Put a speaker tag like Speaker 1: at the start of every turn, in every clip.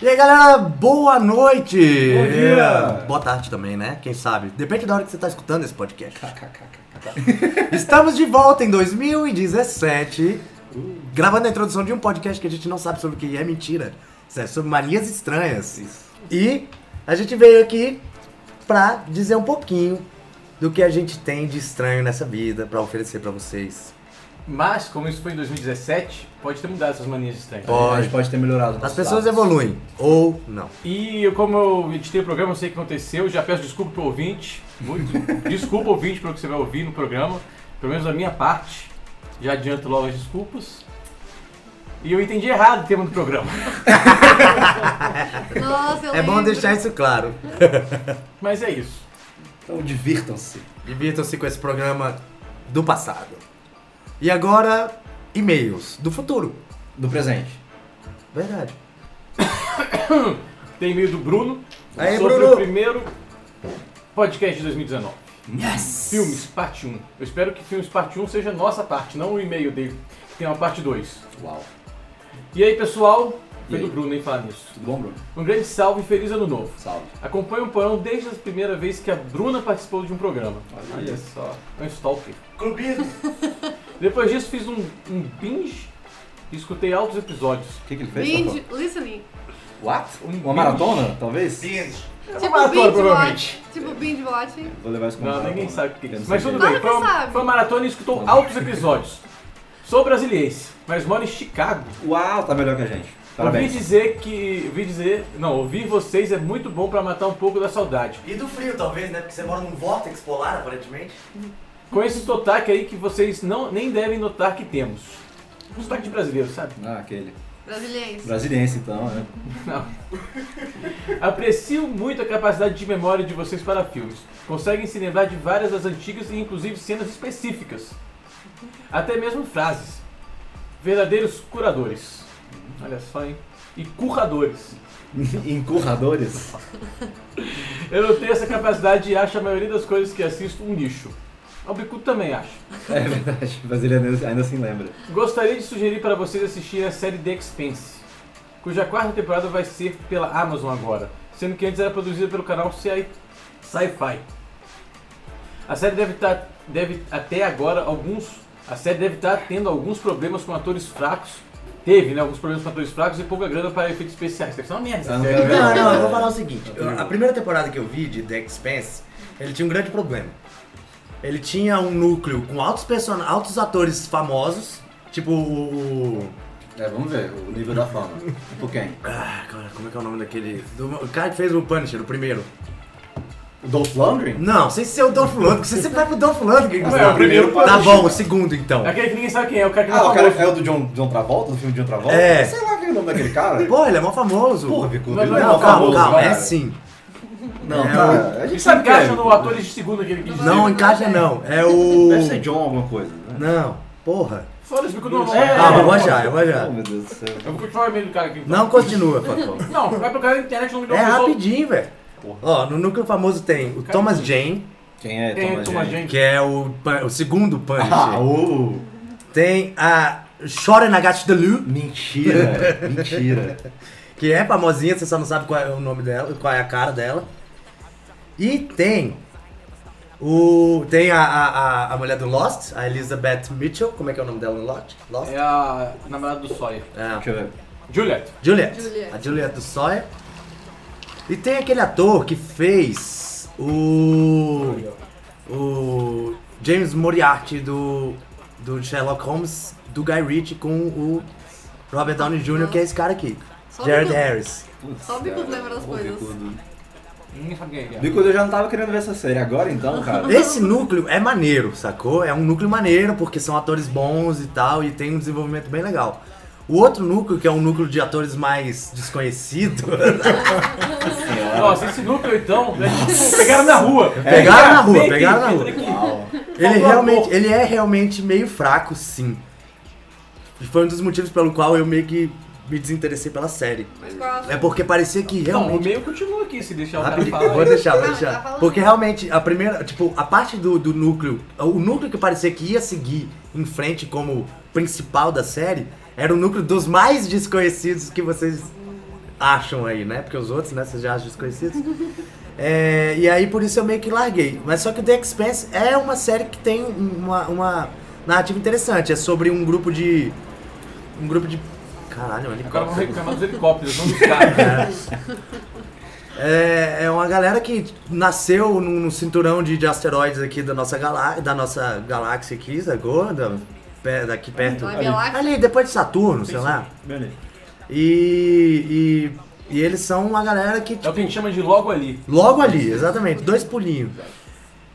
Speaker 1: E aí galera, boa noite!
Speaker 2: Bom dia!
Speaker 1: Boa tarde também, né? Quem sabe? Depende da hora que você tá escutando esse podcast. Estamos de volta em 2017, gravando a introdução de um podcast que a gente não sabe sobre o que é mentira. Isso é sobre manias estranhas. E a gente veio aqui pra dizer um pouquinho do que a gente tem de estranho nessa vida pra oferecer pra vocês.
Speaker 2: Mas, como isso foi em 2017, pode ter mudado essas manias estranhas.
Speaker 3: A
Speaker 1: Pode.
Speaker 3: gente pode ter melhorado.
Speaker 1: As
Speaker 3: nossos
Speaker 1: pessoas
Speaker 3: hábitos.
Speaker 1: evoluem, ou não.
Speaker 2: E eu, como eu editei o programa, eu sei o que aconteceu, já peço desculpa pro ouvinte. Muito. desculpa, ouvinte, pelo que você vai ouvir no programa. Pelo menos da minha parte. Já adianto logo as desculpas. E eu entendi errado o tema do programa.
Speaker 4: Nossa, eu
Speaker 1: É bom
Speaker 4: lembro.
Speaker 1: deixar isso claro.
Speaker 2: Mas é isso.
Speaker 3: Então divirtam-se.
Speaker 1: Divirtam-se com esse programa do passado. E agora, e-mails do futuro.
Speaker 3: Do presente.
Speaker 1: Verdade.
Speaker 2: Tem e-mail do Bruno
Speaker 1: Aí,
Speaker 2: sobre
Speaker 1: Bruno.
Speaker 2: o primeiro podcast de 2019. Yes! Filmes, parte 1. Eu espero que Filmes Parte 1 seja a nossa parte, não o e-mail dele, que tem uma parte 2.
Speaker 3: Uau.
Speaker 2: E aí, pessoal?
Speaker 3: E
Speaker 2: Foi
Speaker 3: aí?
Speaker 2: do Bruno, hein, falar nisso.
Speaker 3: Tudo bom, Bruno?
Speaker 2: Um grande salve e feliz ano novo.
Speaker 3: Salve.
Speaker 2: Acompanho o Porão desde a primeira vez que a Bruna participou de um programa.
Speaker 3: Olha
Speaker 2: Olha
Speaker 3: isso.
Speaker 2: só, é um stalker.
Speaker 3: Clubismo.
Speaker 2: Depois disso fiz um, um binge e escutei altos episódios.
Speaker 3: O que, que ele fez?
Speaker 4: Binge, listening.
Speaker 3: Rafa? What?
Speaker 2: Um
Speaker 3: Uma
Speaker 2: binge.
Speaker 3: maratona, talvez?
Speaker 4: Tipo
Speaker 2: maratona,
Speaker 4: binge
Speaker 2: provavelmente.
Speaker 4: watch. Tipo binge watch.
Speaker 3: Vou levar isso como
Speaker 2: Não,
Speaker 3: maratona.
Speaker 2: ninguém sabe o que é
Speaker 3: Eu não
Speaker 2: isso.
Speaker 3: sei
Speaker 2: Mas tudo
Speaker 3: direito.
Speaker 2: bem,
Speaker 4: Claro que
Speaker 2: foi uma,
Speaker 4: sabe.
Speaker 2: foi uma maratona e escutou altos episódios. Sou brasiliense, mas moro em Chicago.
Speaker 3: Uau, tá melhor que a gente.
Speaker 2: Ouvi
Speaker 3: Parabéns.
Speaker 2: dizer que. Ouvi dizer. Não, ouvir vocês é muito bom pra matar um pouco da saudade.
Speaker 1: E do frio, talvez, né? Porque você mora num vórtex polar, aparentemente.
Speaker 2: Com esse sotaque aí que vocês não, nem devem notar que temos. Um sotaque de brasileiro, sabe?
Speaker 3: Ah, aquele.
Speaker 4: Brasiliense.
Speaker 3: Brasiliense, então, né?
Speaker 2: Não. Aprecio muito a capacidade de memória de vocês para filmes. Conseguem se lembrar de várias das antigas e inclusive cenas específicas. Até mesmo frases. Verdadeiros curadores. Olha só, hein? E curradores.
Speaker 3: Encurradores.
Speaker 2: Eu não tenho essa capacidade e acho a maioria das coisas que assisto um lixo. O Bicudo também acho.
Speaker 3: É verdade. Brasiliano ainda se lembra.
Speaker 2: Gostaria de sugerir para vocês assistirem a série The Expense, cuja quarta temporada vai ser pela Amazon agora, sendo que antes era produzida pelo canal Sci- Sci-Fi. A série deve estar deve até agora alguns, a série deve estar tendo alguns problemas com atores fracos. Teve, né, alguns problemas com atores fracos e pouca grana para efeitos especiais. Deve ser uma merda essa
Speaker 3: Ah,
Speaker 2: série.
Speaker 3: não,
Speaker 1: Não,
Speaker 2: né?
Speaker 1: não, eu vou falar o seguinte. É eu- A primeira temporada que eu vi de The Expanse, ele tinha um grande problema. Ele tinha um núcleo com altos, person... altos atores famosos, tipo o... o-
Speaker 3: É, vamos ver o nível da fama. Tipo quem?
Speaker 1: Ah, cara, como é que é o nome daquele... do- O cara que fez o Punisher, o primeiro.
Speaker 3: O Dolph Lundgren?
Speaker 1: Não, sem ser o Dolph Lundgren, você sempre vai pro Dolph Lundgren.
Speaker 2: Ué,
Speaker 1: Gustavo.
Speaker 2: o primeiro
Speaker 1: Tá
Speaker 2: Punisher.
Speaker 1: bom, o segundo então.
Speaker 2: É Aquele que ninguém sabe quem é, o cara que não
Speaker 3: Ah, o
Speaker 2: falou.
Speaker 3: cara é o do John, John Travolta? Do filme John Travolta?
Speaker 1: É.
Speaker 3: Sei lá quem é o nome daquele cara.
Speaker 1: Pô, ele é mó famoso.
Speaker 3: Porra, Bicudo.
Speaker 2: Não,
Speaker 3: ele
Speaker 1: não,
Speaker 3: é
Speaker 1: calma,
Speaker 3: mó famoso,
Speaker 1: calma,
Speaker 3: cara.
Speaker 1: é sim.
Speaker 3: Não,
Speaker 1: É,
Speaker 3: cara. A
Speaker 2: E
Speaker 3: gente
Speaker 2: sabe que acha
Speaker 3: quer.
Speaker 2: no atores de segundo aquele que ele quis dizer?
Speaker 1: Não encaixa não, é o...
Speaker 3: Deve ser John alguma coisa, né?
Speaker 1: Não, porra.
Speaker 2: Foda-se, Bicudo, não.
Speaker 1: Ah, eu vou
Speaker 2: É,
Speaker 1: achar, eu vou
Speaker 3: Oh,
Speaker 1: achar.
Speaker 3: meu Deus do céu.
Speaker 2: eu vou continuar o e-mail do cara aqui. então.
Speaker 1: Não continua, Facão.
Speaker 2: Não, vai pro cara da internet, não me um deu
Speaker 1: É
Speaker 2: uma pessoa-
Speaker 1: rapidinho, velho. Ó, no núcleo famoso tem o Thomas Jane,
Speaker 3: Quem é
Speaker 2: Quem é Thomas Jane?
Speaker 1: que é o, pan- o segundo
Speaker 3: Ah,
Speaker 1: Punisher.
Speaker 3: ô!
Speaker 1: Tem a Shora Nagashi Delu,
Speaker 3: Mentira, mentira.
Speaker 1: que é famosinha, você só não sabe qual é o nome dela, qual é a cara dela. E tem o tem a, a, a- a mulher do Lost, a Elizabeth Mitchell, como é que é o nome dela no Lost? Lost?
Speaker 2: É a namorada do Sawyer.
Speaker 1: É.
Speaker 3: Deixa eu ver.
Speaker 2: Juliet.
Speaker 1: Juliet.
Speaker 4: Juliet.
Speaker 1: A Juliet do Sawyer. E tem aquele ator que fez o. O. James Moriarty do. Do Sherlock Holmes, do Guy Ritchie com o Robert Downey Jr., que é esse cara aqui.
Speaker 4: Só
Speaker 1: Jared
Speaker 4: um
Speaker 1: Harris.
Speaker 3: Putz,
Speaker 4: Só o Bicudo
Speaker 3: cara,
Speaker 4: lembra das
Speaker 3: ô,
Speaker 4: coisas.
Speaker 3: Bicudo.
Speaker 2: Ninguém sabe quem é.
Speaker 3: Bicudo, eu já não tava querendo ver essa série. Agora então, cara.
Speaker 1: Esse núcleo é maneiro, sacou? É um núcleo maneiro, porque são atores bons e tal, e tem um desenvolvimento bem legal. O outro núcleo, que é um núcleo de atores mais desconhecido,
Speaker 2: Nossa, esse núcleo então, né, pegaram na rua.
Speaker 1: pegaram na rua,
Speaker 2: Vem aqui,
Speaker 1: pegaram na
Speaker 2: entra
Speaker 1: rua.
Speaker 2: aqui.
Speaker 3: Uau.
Speaker 1: Ele
Speaker 2: Faltou
Speaker 1: realmente,
Speaker 2: amor.
Speaker 1: ele é realmente meio fraco, sim. E foi um dos motivos pelo qual eu meio que me desinteressei pela série.
Speaker 4: Mas qual
Speaker 1: É porque parecia que
Speaker 2: Não, o
Speaker 1: realmente.
Speaker 2: meio continua aqui, se deixar o cara
Speaker 1: Rapidinho,
Speaker 2: falar.
Speaker 1: vou deixar, vou
Speaker 4: Não, tá
Speaker 1: deixar.
Speaker 4: falando.
Speaker 1: Porque realmente, a primeira, tipo, a parte do, do núcleo, o núcleo que parecia que ia seguir em frente como principal da série, era o núcleo dos mais desconhecidos que vocês acham aí, né? Porque os outros, né? Vocês já acham desconhecidos. É, e aí por isso eu meio que larguei. Mas só que o The Expanse é uma série que tem uma, uma narrativa interessante. É sobre um grupo de. Um grupo de. Caralho, um
Speaker 2: Agora vamos
Speaker 1: helicóptero.
Speaker 2: reclamar dos helicópteros, não dos carros.
Speaker 1: É, é uma galera que nasceu num, num cinturão de, de asteroides aqui da nossa, galá da nossa galáxia aqui, sacou? Da, pe- daqui perto.
Speaker 4: Então é Via Láctea.
Speaker 1: Ali, depois de Saturno, sei lá.
Speaker 3: Beleza.
Speaker 1: E, e, e eles são uma galera que, tipo,
Speaker 2: É o que a gente chama de logo ali.
Speaker 1: Logo ali, exatamente, dois pulinhos.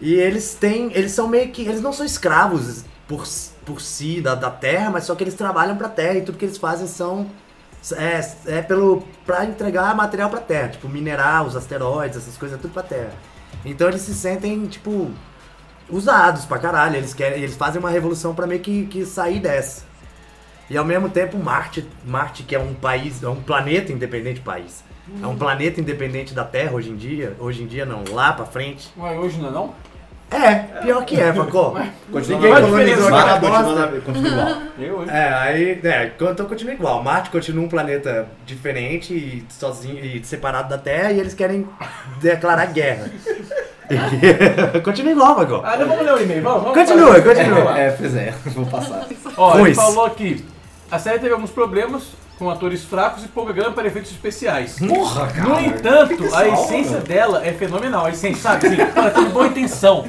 Speaker 1: E eles têm. Eles são meio que. Eles não são escravos por, por si da, da terra, mas só que eles trabalham pra terra e tudo que eles fazem são. É, é pelo. pra entregar material pra terra, tipo, minerar os asteroides, essas coisas, é tudo pra terra. Então eles se sentem, tipo. usados pra caralho. Eles, querem, eles fazem uma revolução pra meio que, que sair dessa. E ao mesmo tempo, Marte, Marte, que é um país, é um planeta independente do país. É um planeta independente da Terra hoje em dia. Hoje em dia não, lá pra frente.
Speaker 2: Ué, hoje não é não?
Speaker 1: É, pior que é, Facó.
Speaker 3: Continua
Speaker 1: Ninguém
Speaker 3: na-
Speaker 1: colonizou
Speaker 3: Marte
Speaker 1: aquela
Speaker 3: continua
Speaker 1: bosta.
Speaker 3: na- Continua igual.
Speaker 2: Eu hoje.
Speaker 1: É, aí, é, então continua igual. Marte continua um planeta diferente e sozinho e separado da Terra e eles querem declarar guerra. continua igual, Facó.
Speaker 2: Ah, não vamos ler o e-mail, vamos. vamos
Speaker 1: Continua,
Speaker 2: fazer.
Speaker 1: continua.
Speaker 2: Vamos lá.
Speaker 3: É, pois é, vou passar.
Speaker 2: Ó, ele
Speaker 1: Pois.
Speaker 2: falou aqui. A série teve alguns problemas com atores fracos e pouca grana para efeitos especiais.
Speaker 3: Porra,
Speaker 2: No entanto, a essência dela é fenomenal. A essência, sabe? Sim, ela tem boa intenção.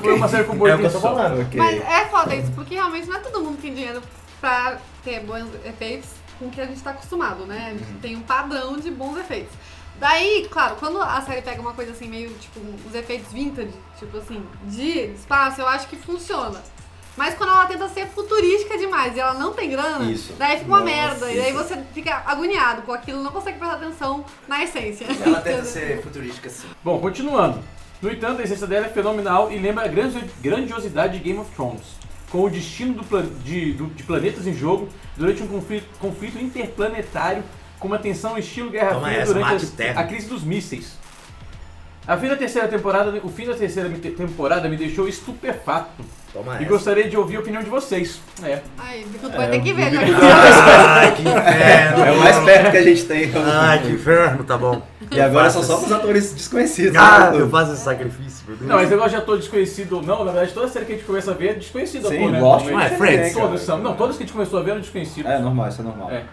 Speaker 2: Foi uma série com boa
Speaker 1: É o que eu tô
Speaker 2: intenção.
Speaker 1: falando.
Speaker 4: Mas é foda isso, porque realmente não é todo mundo que tem dinheiro pra ter bons efeitos com o que a gente tá acostumado, né? A gente tem um padrão de bons efeitos. Daí, claro, quando a série pega uma coisa assim, meio tipo, os efeitos vintage, tipo assim, de espaço, eu acho que funciona. Mas quando ela tenta ser futurística demais e ela não tem grana,
Speaker 3: Isso.
Speaker 4: daí fica uma
Speaker 3: Nossa,
Speaker 4: merda. E daí
Speaker 3: isso.
Speaker 4: você fica agoniado com aquilo, não consegue prestar atenção na essência. Entendeu?
Speaker 1: futurística assim.
Speaker 2: Bom, continuando. No entanto, a essência dela é fenomenal e lembra a grande- grandiosidade de Game of Thrones, com o destino do plan- de, do- de planetas em jogo durante um conflito, conflito interplanetário com uma tensão estilo Guerra
Speaker 1: Toma
Speaker 2: Fria
Speaker 1: essa,
Speaker 2: durante
Speaker 1: mate
Speaker 2: as-
Speaker 1: terra.
Speaker 2: a crise dos mísseis. A fim da terceira temporada, o fim da terceira me- temporada me deixou estupefato
Speaker 1: Toma
Speaker 2: e
Speaker 1: essa.
Speaker 2: gostaria de ouvir a opinião de vocês. É.
Speaker 4: Ai, Bicudo vai ter que ver, né?
Speaker 3: Bicudo-
Speaker 4: já
Speaker 1: Ai,
Speaker 4: que
Speaker 1: que inferno.
Speaker 3: É o mais perto que a gente tem.
Speaker 1: Ai, que inferno, tá bom.
Speaker 3: E agora são só
Speaker 1: Faças.
Speaker 3: os atores desconhecidos.
Speaker 1: Ah,
Speaker 3: né?
Speaker 1: eu faço esse sacrifício, meu Deus.
Speaker 2: Não, mas eu já tô desconhecido ou não, na verdade toda série que a gente começa a ver é desconhecida.
Speaker 3: Sim,
Speaker 2: pô, né?
Speaker 3: lógico.
Speaker 1: Não é
Speaker 2: Todos
Speaker 1: Friends?
Speaker 3: cara.
Speaker 2: são. Não, todas que a gente começou a ver eram desconhecidos.
Speaker 3: É normal, isso é normal.
Speaker 2: É.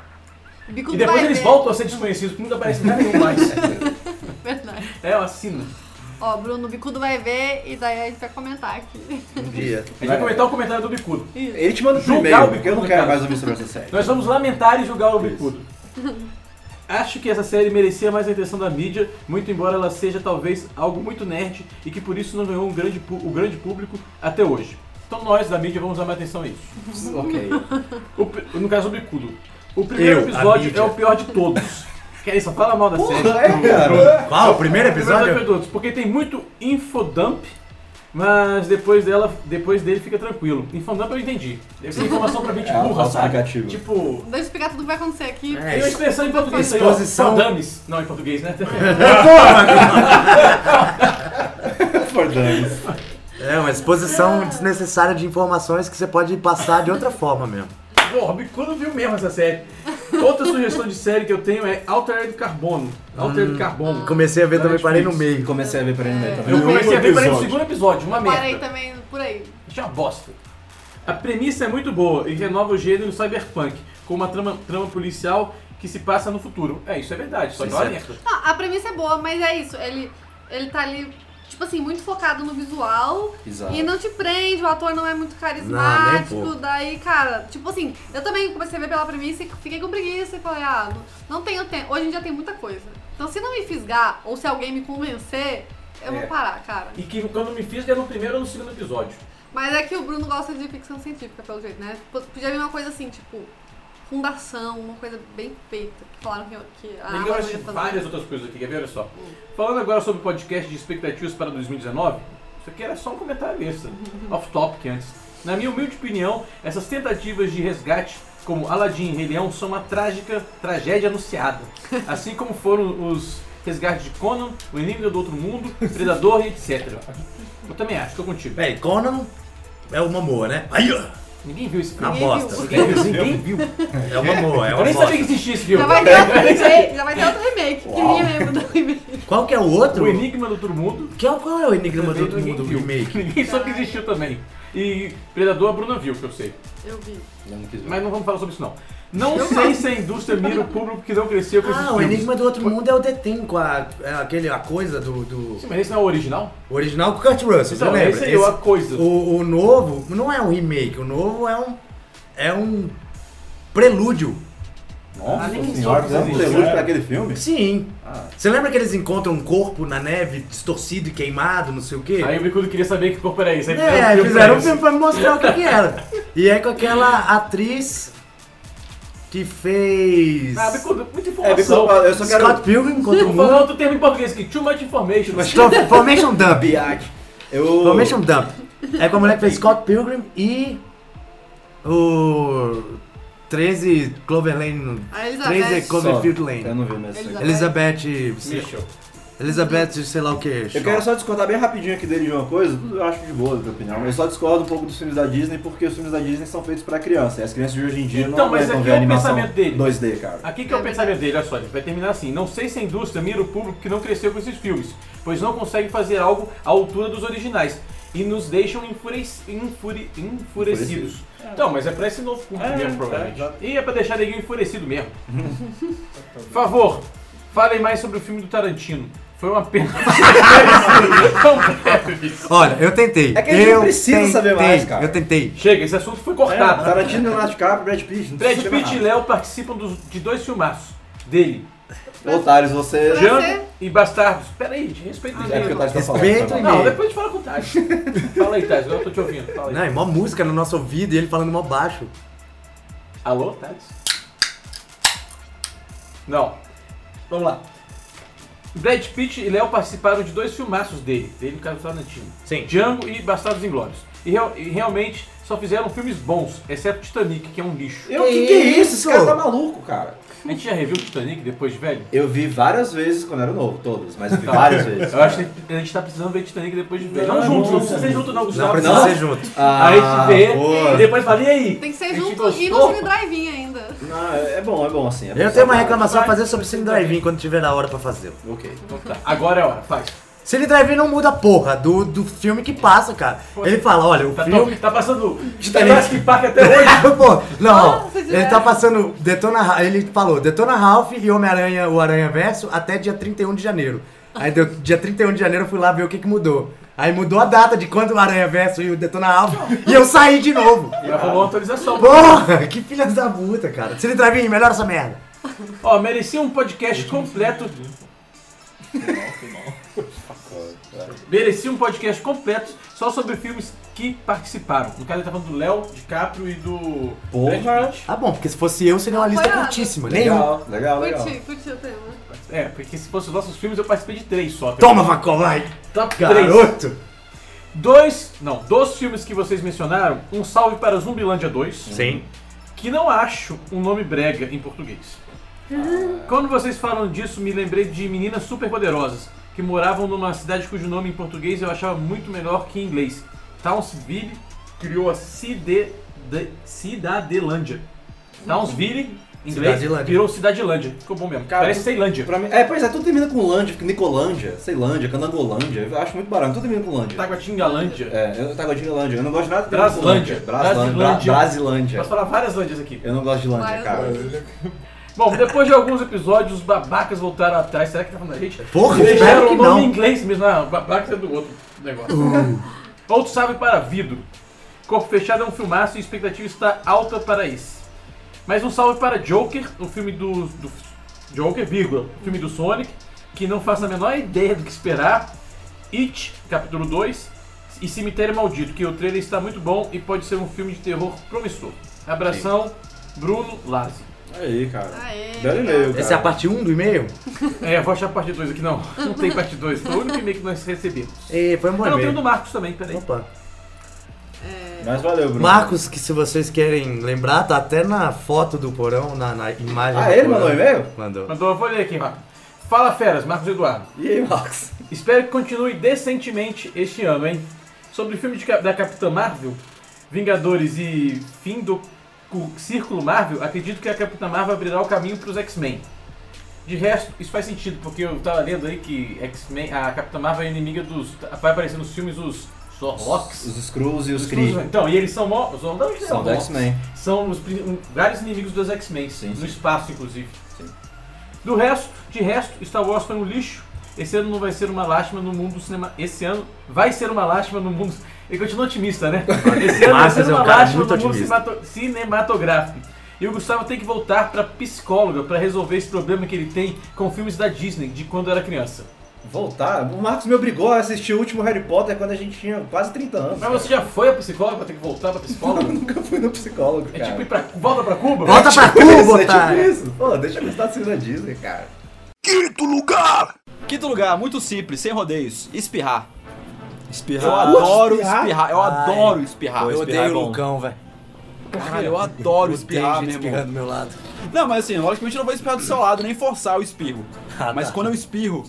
Speaker 4: Bicudo
Speaker 2: E depois
Speaker 4: vai
Speaker 2: eles
Speaker 4: ver.
Speaker 2: voltam a ser desconhecidos, porque não aparece nenhum mais.
Speaker 4: Verdade.
Speaker 2: É, eu assino.
Speaker 4: Ó, Bruno, o Bicudo vai ver e daí a gente vai comentar aqui.
Speaker 1: Um dia.
Speaker 2: A gente vai comentar o comentário do Bicudo.
Speaker 3: Ele te manda por
Speaker 2: Julgar
Speaker 3: e-mail,
Speaker 2: o
Speaker 3: porque eu não
Speaker 2: Bicudo,
Speaker 3: quero
Speaker 2: cara.
Speaker 3: mais ouvir sobre essa série.
Speaker 2: Nós vamos lamentar e julgar o Bicudo. Acho que essa série merecia mais a atenção da mídia, muito embora ela seja talvez algo muito nerd e que por isso não ganhou um grande pu- o grande público até hoje. Então nós da mídia vamos dar mais atenção a isso.
Speaker 3: ok.
Speaker 2: O pri- no caso, o Bicudo. O primeiro
Speaker 1: Eu, a
Speaker 2: episódio
Speaker 1: mídia.
Speaker 2: é o pior de todos. Que é isso, fala mal da série.
Speaker 3: Porra, é, cara.
Speaker 1: Qual? O primeiro
Speaker 2: O primeiro episódio é o
Speaker 1: episódio?
Speaker 2: pior de todos, porque tem muito infodump, mas depois dela, depois dele fica tranquilo. Infodump eu entendi. Deve ser informação pra gente
Speaker 3: É,
Speaker 2: burra, sabe?
Speaker 3: autoexplicativo.
Speaker 2: Tipo,
Speaker 4: Deixa eu explicar tudo o que vai acontecer aqui.
Speaker 1: É,
Speaker 2: tem uma expressão em português isso aí, ó.
Speaker 1: Exposição.
Speaker 2: Infodumes. Não, em português, né?
Speaker 3: For dummies.
Speaker 1: É uma exposição desnecessária de informações que você pode passar de outra forma mesmo.
Speaker 2: Porra, Bicudo viu mesmo essa série. Outra sugestão de série que eu tenho é Altered Carbono. Altered
Speaker 3: Hum.
Speaker 2: Carbono.
Speaker 3: Ah.
Speaker 1: Comecei a ver
Speaker 2: Da
Speaker 1: também, parei no
Speaker 2: Netflix.
Speaker 1: meio.
Speaker 3: Comecei a ver por anime também.
Speaker 2: Eu comecei a ver para
Speaker 3: um Episódio.
Speaker 2: no segundo episódio, uma
Speaker 4: Parei
Speaker 2: merda.
Speaker 4: também por aí.
Speaker 2: Isso é uma bosta. A premissa é muito boa e renova o gênero cyberpunk, com uma trama, trama policial que se passa no futuro. É, isso é verdade, só que é uma merda.
Speaker 4: Não, a premissa é boa, mas é isso. Ele, ele tá ali, tipo assim, muito focado no visual.
Speaker 3: Exato.
Speaker 4: E não te prende, o ator não é muito carismático.
Speaker 1: Não, nem um pouco.
Speaker 4: daí, cara, tipo assim, eu também comecei a ver pela premissa e fiquei com preguiça e falei, ah, não, não tenho tempo. Hoje em dia tem muita coisa. Então se não me fisgar ou se alguém me convencer, eu
Speaker 2: É.
Speaker 4: vou parar, cara.
Speaker 2: E que quando me fiz, era no primeiro ou no segundo episódio.
Speaker 4: Mas é que o Bruno gosta de ficção científica, pelo jeito, né? P- Podia vir uma coisa assim, tipo, fundação, uma coisa bem feita. Que falaram que, que a
Speaker 2: Ele
Speaker 4: Amazon
Speaker 2: gosta de
Speaker 4: Ah, ia fazer. um
Speaker 2: várias outras coisas aqui, quer ver? Olha só. Falando agora sobre o podcast de expectativas para 2019, isso aqui era só um comentário extra, off-topic antes. Na minha humilde opinião, essas tentativas de resgate, como Aladdin e Rei Leão, são uma trágica tragédia anunciada. Assim como foram os resgates de Conan, O Inimigo do Outro Mundo, Predador e etc. Eu também acho, tô contigo.
Speaker 1: Véi, Conan é uma boa, né? Aí, ó.
Speaker 2: Ninguém viu esse
Speaker 1: Uma
Speaker 2: filme.
Speaker 4: Ninguém viu.
Speaker 1: bosta.
Speaker 2: Ninguém viu, ninguém viu.
Speaker 1: É uma boa, é
Speaker 2: Eu
Speaker 1: uma
Speaker 2: nem sabia
Speaker 1: bosta.
Speaker 2: que existia esse filme.
Speaker 4: Já Então vai ter outro remake, já vai ter outro remake, que
Speaker 3: Uau.
Speaker 4: ninguém lembra do remake.
Speaker 1: Qual que é o outro?
Speaker 2: O Enigma do Turmundo.
Speaker 1: Que é o- qual é o Enigma do Outro
Speaker 2: ninguém
Speaker 1: Mundo
Speaker 2: viu.
Speaker 1: remake?
Speaker 2: Ninguém soube que existiu também. E Predador a Bruna viu, que eu sei.
Speaker 4: Eu vi.
Speaker 3: Eu não quis ver.
Speaker 2: Mas não vamos falar sobre isso não. Não sei se a indústria mira o público que não cresceu com esses
Speaker 1: Ah, o
Speaker 2: filmes.
Speaker 1: Enigma do Outro Mundo é o Detem com a, é aquele, a coisa do, do-
Speaker 2: Sim, mas esse não é o original?
Speaker 1: O original com o Kurt Russell, você
Speaker 2: Então,
Speaker 1: lembra?
Speaker 2: esse é a coisa.
Speaker 1: o, o novo não é um remake, o novo é um... É um prelúdio.
Speaker 3: Nossa
Speaker 2: Ah, nem soube
Speaker 3: senhora, fizeram um
Speaker 2: disso,
Speaker 3: prelúdio
Speaker 2: né?
Speaker 3: pra aquele filme?
Speaker 1: Sim.
Speaker 3: Ah,
Speaker 1: Você lembra que eles encontram um corpo na neve, distorcido e queimado, não sei o quê?
Speaker 2: Aí o Bicudo queria saber que corpo era esse. Aí
Speaker 1: É,
Speaker 2: filme
Speaker 1: fizeram um
Speaker 2: pra
Speaker 1: filme pra me mostrar o que, que era. E é com aquela atriz que fez.
Speaker 2: isso. Ah, Bicudo, muita
Speaker 3: é, Bico,
Speaker 2: informação.
Speaker 3: eu só quero...
Speaker 1: Scott Pilgrim contra o
Speaker 2: Vou falar
Speaker 1: mundo.
Speaker 2: outro termo em português aqui. Too much information.
Speaker 1: Stop- Formation Dump.
Speaker 3: Biate. Eu...
Speaker 1: Formation Dump. É com a mulher que fez Scott Pilgrim e. O. 13 Clover Lane.
Speaker 4: A
Speaker 1: 13
Speaker 4: Elizabeth.
Speaker 1: Cloverfield
Speaker 3: Eu
Speaker 1: Lane.
Speaker 3: não vi mesmo.
Speaker 4: Eles-
Speaker 1: Elizabeth.
Speaker 2: Michel.
Speaker 1: Elizabeth, sei lá o que.
Speaker 3: Eu quero só discordar bem rapidinho aqui dele de uma coisa, tudo eu acho de boa, na minha opinião. Eu só discordo um pouco dos filmes da Disney porque os filmes da Disney são feitos pra criança. E as crianças de hoje em dia
Speaker 2: Então,
Speaker 3: não
Speaker 2: mas
Speaker 3: aguentam
Speaker 2: aqui
Speaker 3: ver
Speaker 2: é o
Speaker 3: animação
Speaker 2: pensamento dele.
Speaker 3: 2D, cara.
Speaker 2: Aqui que é o pensamento dele, olha só, ele vai terminar assim. Não sei se a indústria mira o público que não cresceu com esses filmes, pois não consegue fazer algo à altura dos originais e nos deixam enfurec- enfure- enfurecidos.
Speaker 3: Enfurecidos.
Speaker 2: Então, mas é pra esse novo público
Speaker 3: É,
Speaker 2: mesmo,
Speaker 3: é,
Speaker 2: provavelmente.
Speaker 3: exato.
Speaker 2: e é pra deixar neguinho enfurecido mesmo. Por favor, falem mais sobre o filme do Tarantino. Foi uma pena. Não breves.
Speaker 1: Olha, eu tentei.
Speaker 3: É que a gente não
Speaker 1: eu
Speaker 3: precisa
Speaker 1: tentei,
Speaker 3: saber mais, cara.
Speaker 1: Eu tentei.
Speaker 2: Chega, esse assunto foi
Speaker 3: É,
Speaker 2: cortado.
Speaker 3: Tarantino, Leonardo DiCaprio, Brad Pitt. não
Speaker 2: Brad
Speaker 3: precisa
Speaker 2: Pitt e
Speaker 3: mais
Speaker 2: Léo participam dos- de dois filmaços dele.
Speaker 3: nada. Otários, você...
Speaker 4: Já-
Speaker 2: Django
Speaker 4: Você-
Speaker 2: e Bastardos. Pera aí, gente, respeita
Speaker 3: É porque o
Speaker 2: o
Speaker 3: Tati tá falando.
Speaker 1: Respeito
Speaker 3: foi mal.
Speaker 1: e-
Speaker 2: Não, depois a gente fala com o Né? Taz. fala aí, Taz, eu tô te ouvindo. Fala aí.
Speaker 1: Não, é mó música no nosso ouvido e ele falando mó baixo.
Speaker 2: Alô, Taz? Não. Vamos lá. Brad Pitt e Léo participaram de dois filmaços dele, dele no caso do Tarantino.
Speaker 1: Sim.
Speaker 2: Django e Bastardos Inglórios. E, real- e realmente só fizeram filmes bons, exceto Titanic, que é um lixo.
Speaker 3: Eu, que que é isso? Esse
Speaker 1: Isso.
Speaker 3: cara tá maluco, cara.
Speaker 2: A gente já reviu Titanic depois de velho?
Speaker 3: Eu vi várias vezes quando era novo, todas, mas eu vi várias vezes.
Speaker 2: Eu acho que a gente tá precisando ver Titanic depois de velho. Não,
Speaker 3: Não,
Speaker 2: junto,
Speaker 3: não,
Speaker 2: não precisa ser junto não, Gustavo.
Speaker 1: Não
Speaker 2: Ah,
Speaker 1: precisa
Speaker 3: não.
Speaker 1: ser junto.
Speaker 3: Ah,
Speaker 2: Aí a gente vê
Speaker 3: boa.
Speaker 2: e depois fala, e aí?
Speaker 4: Tem que
Speaker 2: A
Speaker 4: ser
Speaker 2: gente
Speaker 4: junto e no
Speaker 2: gostou?
Speaker 4: cine drive-in ainda.
Speaker 3: Não, é é bom, é bom assim. é bom
Speaker 1: Eu tenho uma
Speaker 3: saber.
Speaker 1: reclamação a fazer sobre Cine Drive-In quando tiver na hora pra fazê-lo.
Speaker 3: Ok.
Speaker 2: Então tá, agora é a hora, faz.
Speaker 1: Cine Drive-In não muda a porra do, do filme que passa, cara. Ele fala, olha, o
Speaker 2: Tá,
Speaker 1: filme...
Speaker 2: to- tá passando
Speaker 3: Titanic.
Speaker 2: Jurassic Park até hoje.
Speaker 1: Pô, não,
Speaker 4: Nossa,
Speaker 1: ele tá passando Detona, Ra- ele falou Detona Ralph e Homem-Aranha, o Aranha Verso até dia 31 de janeiro. Aí deu dia 31 de janeiro eu fui lá ver o que que mudou. Aí mudou a data de quando o Aranha Verso e o Detona Ralph e eu saí de novo.
Speaker 2: Já rolou uma atualização.
Speaker 1: Porra, que filha da puta, cara. Cine Drive-In, melhora essa merda.
Speaker 2: Ó, merecia um podcast completo. Merecia um podcast completo só sobre filmes que participaram. No caso, ele tá falando do Léo, DiCaprio e do.
Speaker 3: Porra.
Speaker 2: Brad Pitt.
Speaker 1: Tá bom, porque se fosse eu, seria uma lista
Speaker 4: Apoiado.
Speaker 1: curtíssima. Nenhum.
Speaker 3: Legal,
Speaker 2: Tá
Speaker 3: legal, legal.
Speaker 4: Curti, curti o tema.
Speaker 2: É, porque se fosse os nossos filmes, eu participei de três só.
Speaker 1: Toma, Vacó, vai.
Speaker 2: Top três.
Speaker 1: Garoto.
Speaker 2: Dois. Não, dos filmes que vocês mencionaram, um salve para Zumbilândia 2.
Speaker 1: Sim.
Speaker 2: que não acho um nome brega em português. Quando vocês falam disso, me lembrei de meninas superpoderosas que moravam numa cidade cujo nome em português eu achava muito melhor que em inglês. Townsville criou a Cide, de, Cidadelândia. Townsville, em inglês,
Speaker 1: Cidadelândia.
Speaker 2: virou Cidadelândia. Ficou bom mesmo.
Speaker 3: Cara,
Speaker 2: Parece Ceilândia.
Speaker 3: Pra mim, é, pois é, tudo termina com Lândia, Nicolândia, Ceilândia, Canangolândia, eu acho muito barato, tudo termina com Lândia.
Speaker 2: Taguatingalândia.
Speaker 3: É, eu tava de Lândia, eu não gosto de nada que termina com Lândia.
Speaker 2: Braslândia.
Speaker 3: Braslândia. Bra- Brasilândia.
Speaker 2: Posso falar várias Lândias aqui.
Speaker 3: Eu não gosto de Lândia, cara.
Speaker 2: Bom, depois de alguns episódios, os babacas voltaram atrás. Será que tá falando da gente?
Speaker 1: Porra,
Speaker 2: E
Speaker 1: espero
Speaker 2: deixaram
Speaker 1: que
Speaker 2: é o nome em
Speaker 1: não. Hum.
Speaker 2: inglês mesmo, ah, babaca é do outro negócio. Outro salve para Vidro. Corpo Fechado é um filmaço e a expectativa está alta para esse. Mais um salve para Joker, o filme do, do- Joker, vírgula, o filme do Sonic, que não faço a menor ideia do que esperar. It, capítulo 2, e Cemitério Maldito, que o trailer está muito bom e pode ser um filme de terror promissor. Abração, Bruno Lazzi.
Speaker 3: Aí, cara.
Speaker 4: Aê.
Speaker 3: Belo e-mail, cara.
Speaker 1: Essa é a parte 1 do e-mail?
Speaker 2: É, eu vou achar a parte 2 aqui, não. Não tem parte 2, foi o único e-mail que nós recebemos.
Speaker 1: E foi um bom
Speaker 2: Ah, não, tem o
Speaker 1: e-mail.
Speaker 2: do Marcos também, peraí.
Speaker 1: Opa.
Speaker 4: É.
Speaker 3: Mas valeu, Bruno.
Speaker 1: Marcos, que se vocês querem lembrar, tá até na foto do porão, na, na imagem.
Speaker 3: Ah,
Speaker 1: do
Speaker 3: ele
Speaker 1: porão.
Speaker 3: mandou e-mail?
Speaker 1: Mandou.
Speaker 2: Mandou, eu vou ler aqui, Marcos. Fala feras, Marcos Eduardo.
Speaker 3: E aí, Marcos?
Speaker 2: Espero que continue decentemente este ano, hein? Sobre o filme de cap- da Capitã Marvel, Vingadores e fim do cu- Círculo Marvel, acredito que a Capitã Marvel abrirá o caminho para os X-Men. De resto, isso faz sentido, porque eu tava lendo aí que X-Men, a Capitã Marvel é inimiga dos. Vai aparecer nos filmes os Zorlocks.
Speaker 5: Os Skrulls e os Kree.
Speaker 2: Então, e eles são mó, os Zordão e
Speaker 5: São do
Speaker 2: Zordão.
Speaker 5: X-Men.
Speaker 2: São os pri- um, vários inimigos dos X-Men,
Speaker 5: Sim,
Speaker 2: no
Speaker 5: sim.
Speaker 2: espaço inclusive.
Speaker 5: Sim.
Speaker 2: Do resto, de resto, Star Wars foi um lixo. Esse ano não vai ser uma lástima no mundo do cinema. Esse ano vai ser uma lástima no mundo. Ele continua otimista, né? Esse ano vai
Speaker 1: Massas
Speaker 2: ser
Speaker 1: é um
Speaker 2: uma
Speaker 1: cara
Speaker 2: lástima
Speaker 1: muito
Speaker 2: no mundo
Speaker 1: otimista.
Speaker 2: cimato- cinematográfico. E o Gustavo tem que voltar pra psicóloga pra resolver esse problema que ele tem com filmes da Disney de quando era criança.
Speaker 5: Voltar? O Marcos me obrigou a assistir o último Harry Potter quando a gente tinha quase 30 anos.
Speaker 2: Mas você já foi a psicóloga pra ter que voltar pra
Speaker 5: Eu
Speaker 2: psicóloga?
Speaker 5: nunca fui no psicólogo,
Speaker 2: É
Speaker 5: cara.
Speaker 2: tipo ir pra. Volta pra Cuba?
Speaker 1: Volta pra Cuba,
Speaker 5: é tipo
Speaker 1: otário!
Speaker 5: isso. Pô, deixa eu gostar de filme da Disney, cara.
Speaker 6: Quinto lugar, muito simples, sem rodeios, espirrar. Espirrar.
Speaker 5: Eu adoro
Speaker 6: Eu adoro
Speaker 5: espirrar.
Speaker 6: espirrar, eu
Speaker 1: Ai.
Speaker 6: adoro espirrar.
Speaker 1: Pô,
Speaker 6: eu
Speaker 1: espirrar é
Speaker 6: odeio
Speaker 1: bom.
Speaker 6: Lucão.
Speaker 1: velho.
Speaker 6: Caralho, eu adoro
Speaker 1: Odeio
Speaker 6: espirrar,
Speaker 1: gente
Speaker 6: meu
Speaker 1: espirrando
Speaker 6: irmão.
Speaker 1: do meu lado.
Speaker 6: Não, mas assim, logicamente eu não vou espirrar do seu lado, nem forçar o espirro.
Speaker 1: Ah,
Speaker 6: Mas
Speaker 1: tá.
Speaker 6: quando eu espirro,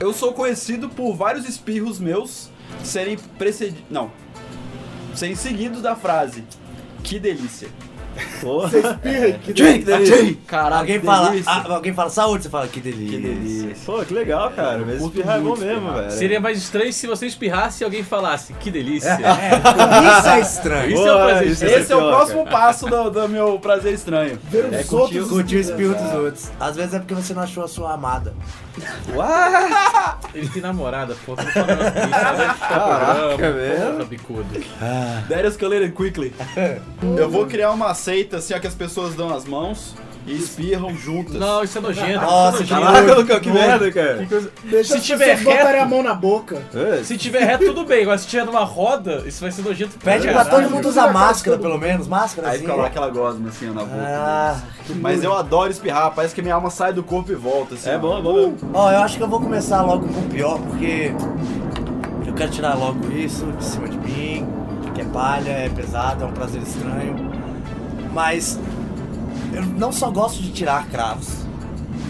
Speaker 6: eu sou conhecido por vários espirros meus serem precedidos. Não. Serem seguidos da frase. Que delícia. Porra.
Speaker 5: Espirra, que
Speaker 6: Tchim, que delícia.
Speaker 1: Tchim.
Speaker 6: Caralho,
Speaker 1: Alguém
Speaker 6: que
Speaker 1: fala,
Speaker 6: delícia.
Speaker 1: ah, alguém fala saúde, você fala que delícia.
Speaker 6: Que delícia.
Speaker 3: Pô, que legal, cara. Mas espirrar é bom
Speaker 5: muito
Speaker 3: mesmo,
Speaker 5: espirrar.
Speaker 3: velho.
Speaker 7: Seria mais estranho se você espirrasse e alguém falasse, que delícia.
Speaker 1: É, isso é estranho.
Speaker 7: Isso é o
Speaker 3: Pô,
Speaker 7: prazer.
Speaker 3: isso
Speaker 6: Esse é o
Speaker 3: pior,
Speaker 6: próximo passo do, do meu prazer estranho.
Speaker 1: É curtir, curtir o espírito dos outros. Às vezes é porque você não achou a sua amada.
Speaker 7: Ele tem namorada, pô. Tô falando isso, né? Caraca, velho. tá bicudo.
Speaker 6: That escalated quickly. Eu vou criar uma seita assim, ó, que as pessoas dão as mãos e espirram juntas.
Speaker 7: Não, isso é nojento.
Speaker 1: Nossa,
Speaker 7: isso é
Speaker 1: Caraca,
Speaker 7: nojento.
Speaker 6: Lucão, que merda, cara. É.
Speaker 8: Deixa
Speaker 7: Se
Speaker 8: as
Speaker 7: tiver
Speaker 8: pessoas botarem
Speaker 7: reto-
Speaker 8: a mão na boca.
Speaker 7: Se tiver reto, tudo bem. Agora, se tiver numa roda, isso vai ser nojento.
Speaker 1: Pede pra
Speaker 7: caralho.
Speaker 1: todo mundo usar máscara, pelo menos. Máscara
Speaker 6: Aí
Speaker 1: assim.
Speaker 6: fica lá aquela gosma assim ó, na boca.
Speaker 1: Ah,
Speaker 6: Mas eu adoro espirrar, parece que minha alma sai do corpo e volta. Assim,
Speaker 3: É
Speaker 6: ó.
Speaker 3: bom, é bom mesmo.
Speaker 1: ó, eu acho que eu vou começar logo com o pior, porque eu quero tirar logo isso de cima de mim, que é palha, é pesado, é um prazer estranho. Mas eu não só gosto de tirar cravos,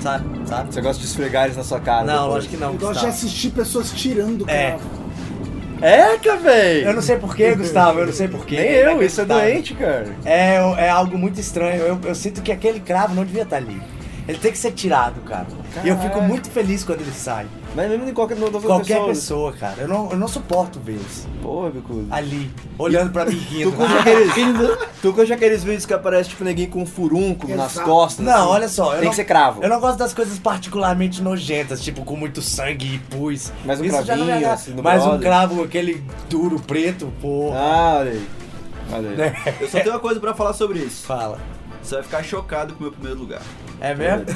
Speaker 1: sabe? sabe?
Speaker 6: Você gosta de esfregar eles na sua cara?
Speaker 1: Não,
Speaker 6: depois.
Speaker 1: lógico que não,
Speaker 8: Eu gosto de
Speaker 1: Gustavo.
Speaker 8: assistir pessoas tirando, cara.
Speaker 1: É.
Speaker 6: Eca, véi!
Speaker 1: Eu não sei porquê, Gustavo, eu não sei porquê.
Speaker 6: Nem eu, isso é
Speaker 1: Tá.
Speaker 6: doente, cara.
Speaker 1: É, é algo muito estranho. Eu, eu sinto que aquele cravo não devia estar ali. Ele tem que ser tirado, cara. E eu fico muito feliz quando ele sai.
Speaker 6: Mas mesmo em qualquer outra
Speaker 1: Qualquer pessoa, cara. Eu não, eu não suporto vê-los
Speaker 6: Porra, bicudo.
Speaker 1: ali, olhando pra mim rindo. Ah,
Speaker 6: Tu curte, aqueles, tu curte aqueles vídeos que aparece tipo neguinho com um furúnculo nas
Speaker 8: Exato.
Speaker 6: costas?
Speaker 1: Não,
Speaker 6: assim?
Speaker 1: olha só. Eu
Speaker 6: Tem
Speaker 1: não,
Speaker 6: que ser cravo.
Speaker 1: Eu não gosto das coisas particularmente nojentas, tipo com muito sangue e pus.
Speaker 6: Mais um
Speaker 1: Isso já não me
Speaker 6: cravinho,
Speaker 1: agrada.
Speaker 6: assim, no
Speaker 1: Mais um
Speaker 6: brother.
Speaker 1: cravo, aquele duro, preto, pô.
Speaker 6: Ah, olha aí. Olha aí.
Speaker 1: Né?
Speaker 6: Eu só tenho uma coisa pra falar sobre isso.
Speaker 1: Fala.
Speaker 6: Você vai ficar chocado com o meu primeiro lugar.
Speaker 1: É mesmo?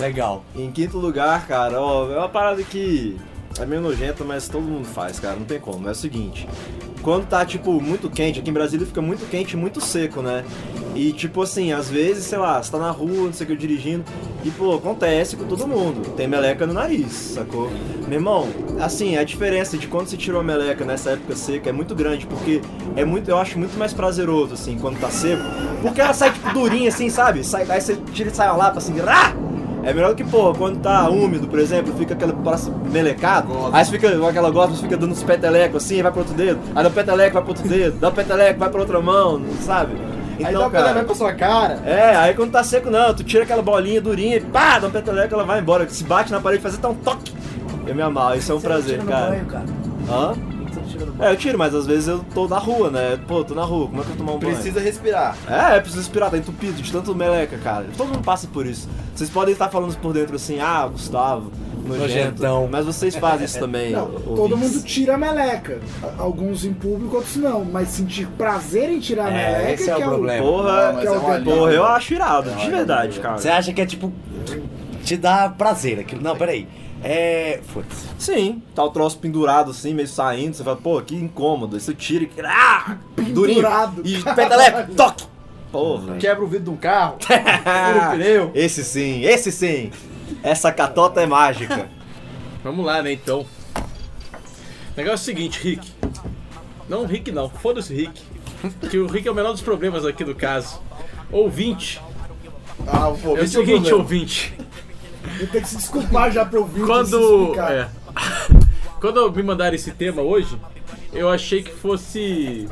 Speaker 1: Legal.
Speaker 3: Em quinto lugar, cara, ó, é uma parada que é meio nojenta, mas todo mundo faz, cara, não tem como. É o seguinte, quando tá, tipo, muito quente, aqui em Brasília fica muito quente e muito seco, né? E, tipo assim, às vezes, sei lá, você tá na rua, não sei o que, dirigindo, e, pô, acontece com todo mundo. Tem meleca no nariz, sacou? Meu irmão, assim, a diferença de quando você tirou a meleca nessa época seca é muito grande, porque é muito, eu acho muito mais prazeroso, assim, quando tá seco, porque ela sai, tipo, durinha, assim, sabe? Sai, aí você tira e sai uma lapa, assim, rá! É melhor que, pô, quando tá úmido, por exemplo, fica aquele braço melecado, aí você fica com aquela gosma, você fica dando uns petelecos assim, vai pro outro dedo, aí dá um peteleco, vai pro outro dedo, dá um peteleco, vai pra outra mão, sabe?
Speaker 5: Aí dá
Speaker 3: Então,
Speaker 5: um cara vai
Speaker 3: cara,
Speaker 5: pra sua cara.
Speaker 3: é, aí quando tá seco não, tu tira aquela bolinha durinha e pá, dá um peteleco, ela vai embora, se bate na parede, faz até um toque. Eu me amarro, isso é um prazer,
Speaker 1: Tira no
Speaker 3: cara.
Speaker 1: banho, cara.
Speaker 3: Hã?
Speaker 1: Você não tira no banho.
Speaker 3: É, eu tiro, mas às vezes eu tô na rua, né? Pô, tô na rua, como é que eu vou tomar um banho?
Speaker 6: Precisa respirar.
Speaker 3: É, é preciso respirar, tá entupido de tanto meleca, cara. Todo mundo passa por isso. Vocês podem estar falando por dentro assim, ah, Gustavo, nojento.
Speaker 1: Nojentão.
Speaker 3: Mas vocês fazem isso também.
Speaker 8: Não,
Speaker 3: ouvintes.
Speaker 8: todo mundo tira a meleca. A- Alguns em público, outros não. Mas sentir prazer em tirar a
Speaker 1: É,
Speaker 8: meleca
Speaker 1: esse é o
Speaker 8: que
Speaker 1: problema.
Speaker 6: Ah,
Speaker 3: Porra,
Speaker 8: mas é uma
Speaker 3: porra,
Speaker 8: alívio.
Speaker 3: porra, eu acho irado, de verdade, cara.
Speaker 1: Você acha que é tipo. Te dá prazer aquilo. Não, peraí. É. Foda-se.
Speaker 3: Sim, tá
Speaker 6: Um
Speaker 3: o troço pendurado assim, meio saindo, você fala, pô, que incômodo. Aí você tira e. Ah! Durinho!
Speaker 8: Pendurado,
Speaker 3: E
Speaker 8: caralho.
Speaker 1: Ah.
Speaker 3: peteleco, toque! Porra.
Speaker 6: Quebra o vidro de um carro.
Speaker 3: Esse sim, esse sim! Essa catota é mágica.
Speaker 7: Vamos lá, né, então. O negócio é o seguinte, Rick. Não, o Rick não. Foda-se, o Rick. Que o Rick é o menor dos problemas aqui do caso. Ouvinte.
Speaker 8: Ah, o
Speaker 7: É o
Speaker 8: ouvinte
Speaker 7: seguinte,
Speaker 8: problema.
Speaker 7: ouvinte.
Speaker 8: Eu tenho que se desculpar já pro ouvinte. se
Speaker 7: quando
Speaker 8: explicar.
Speaker 7: é, quando me mandaram esse tema hoje, eu achei que fosse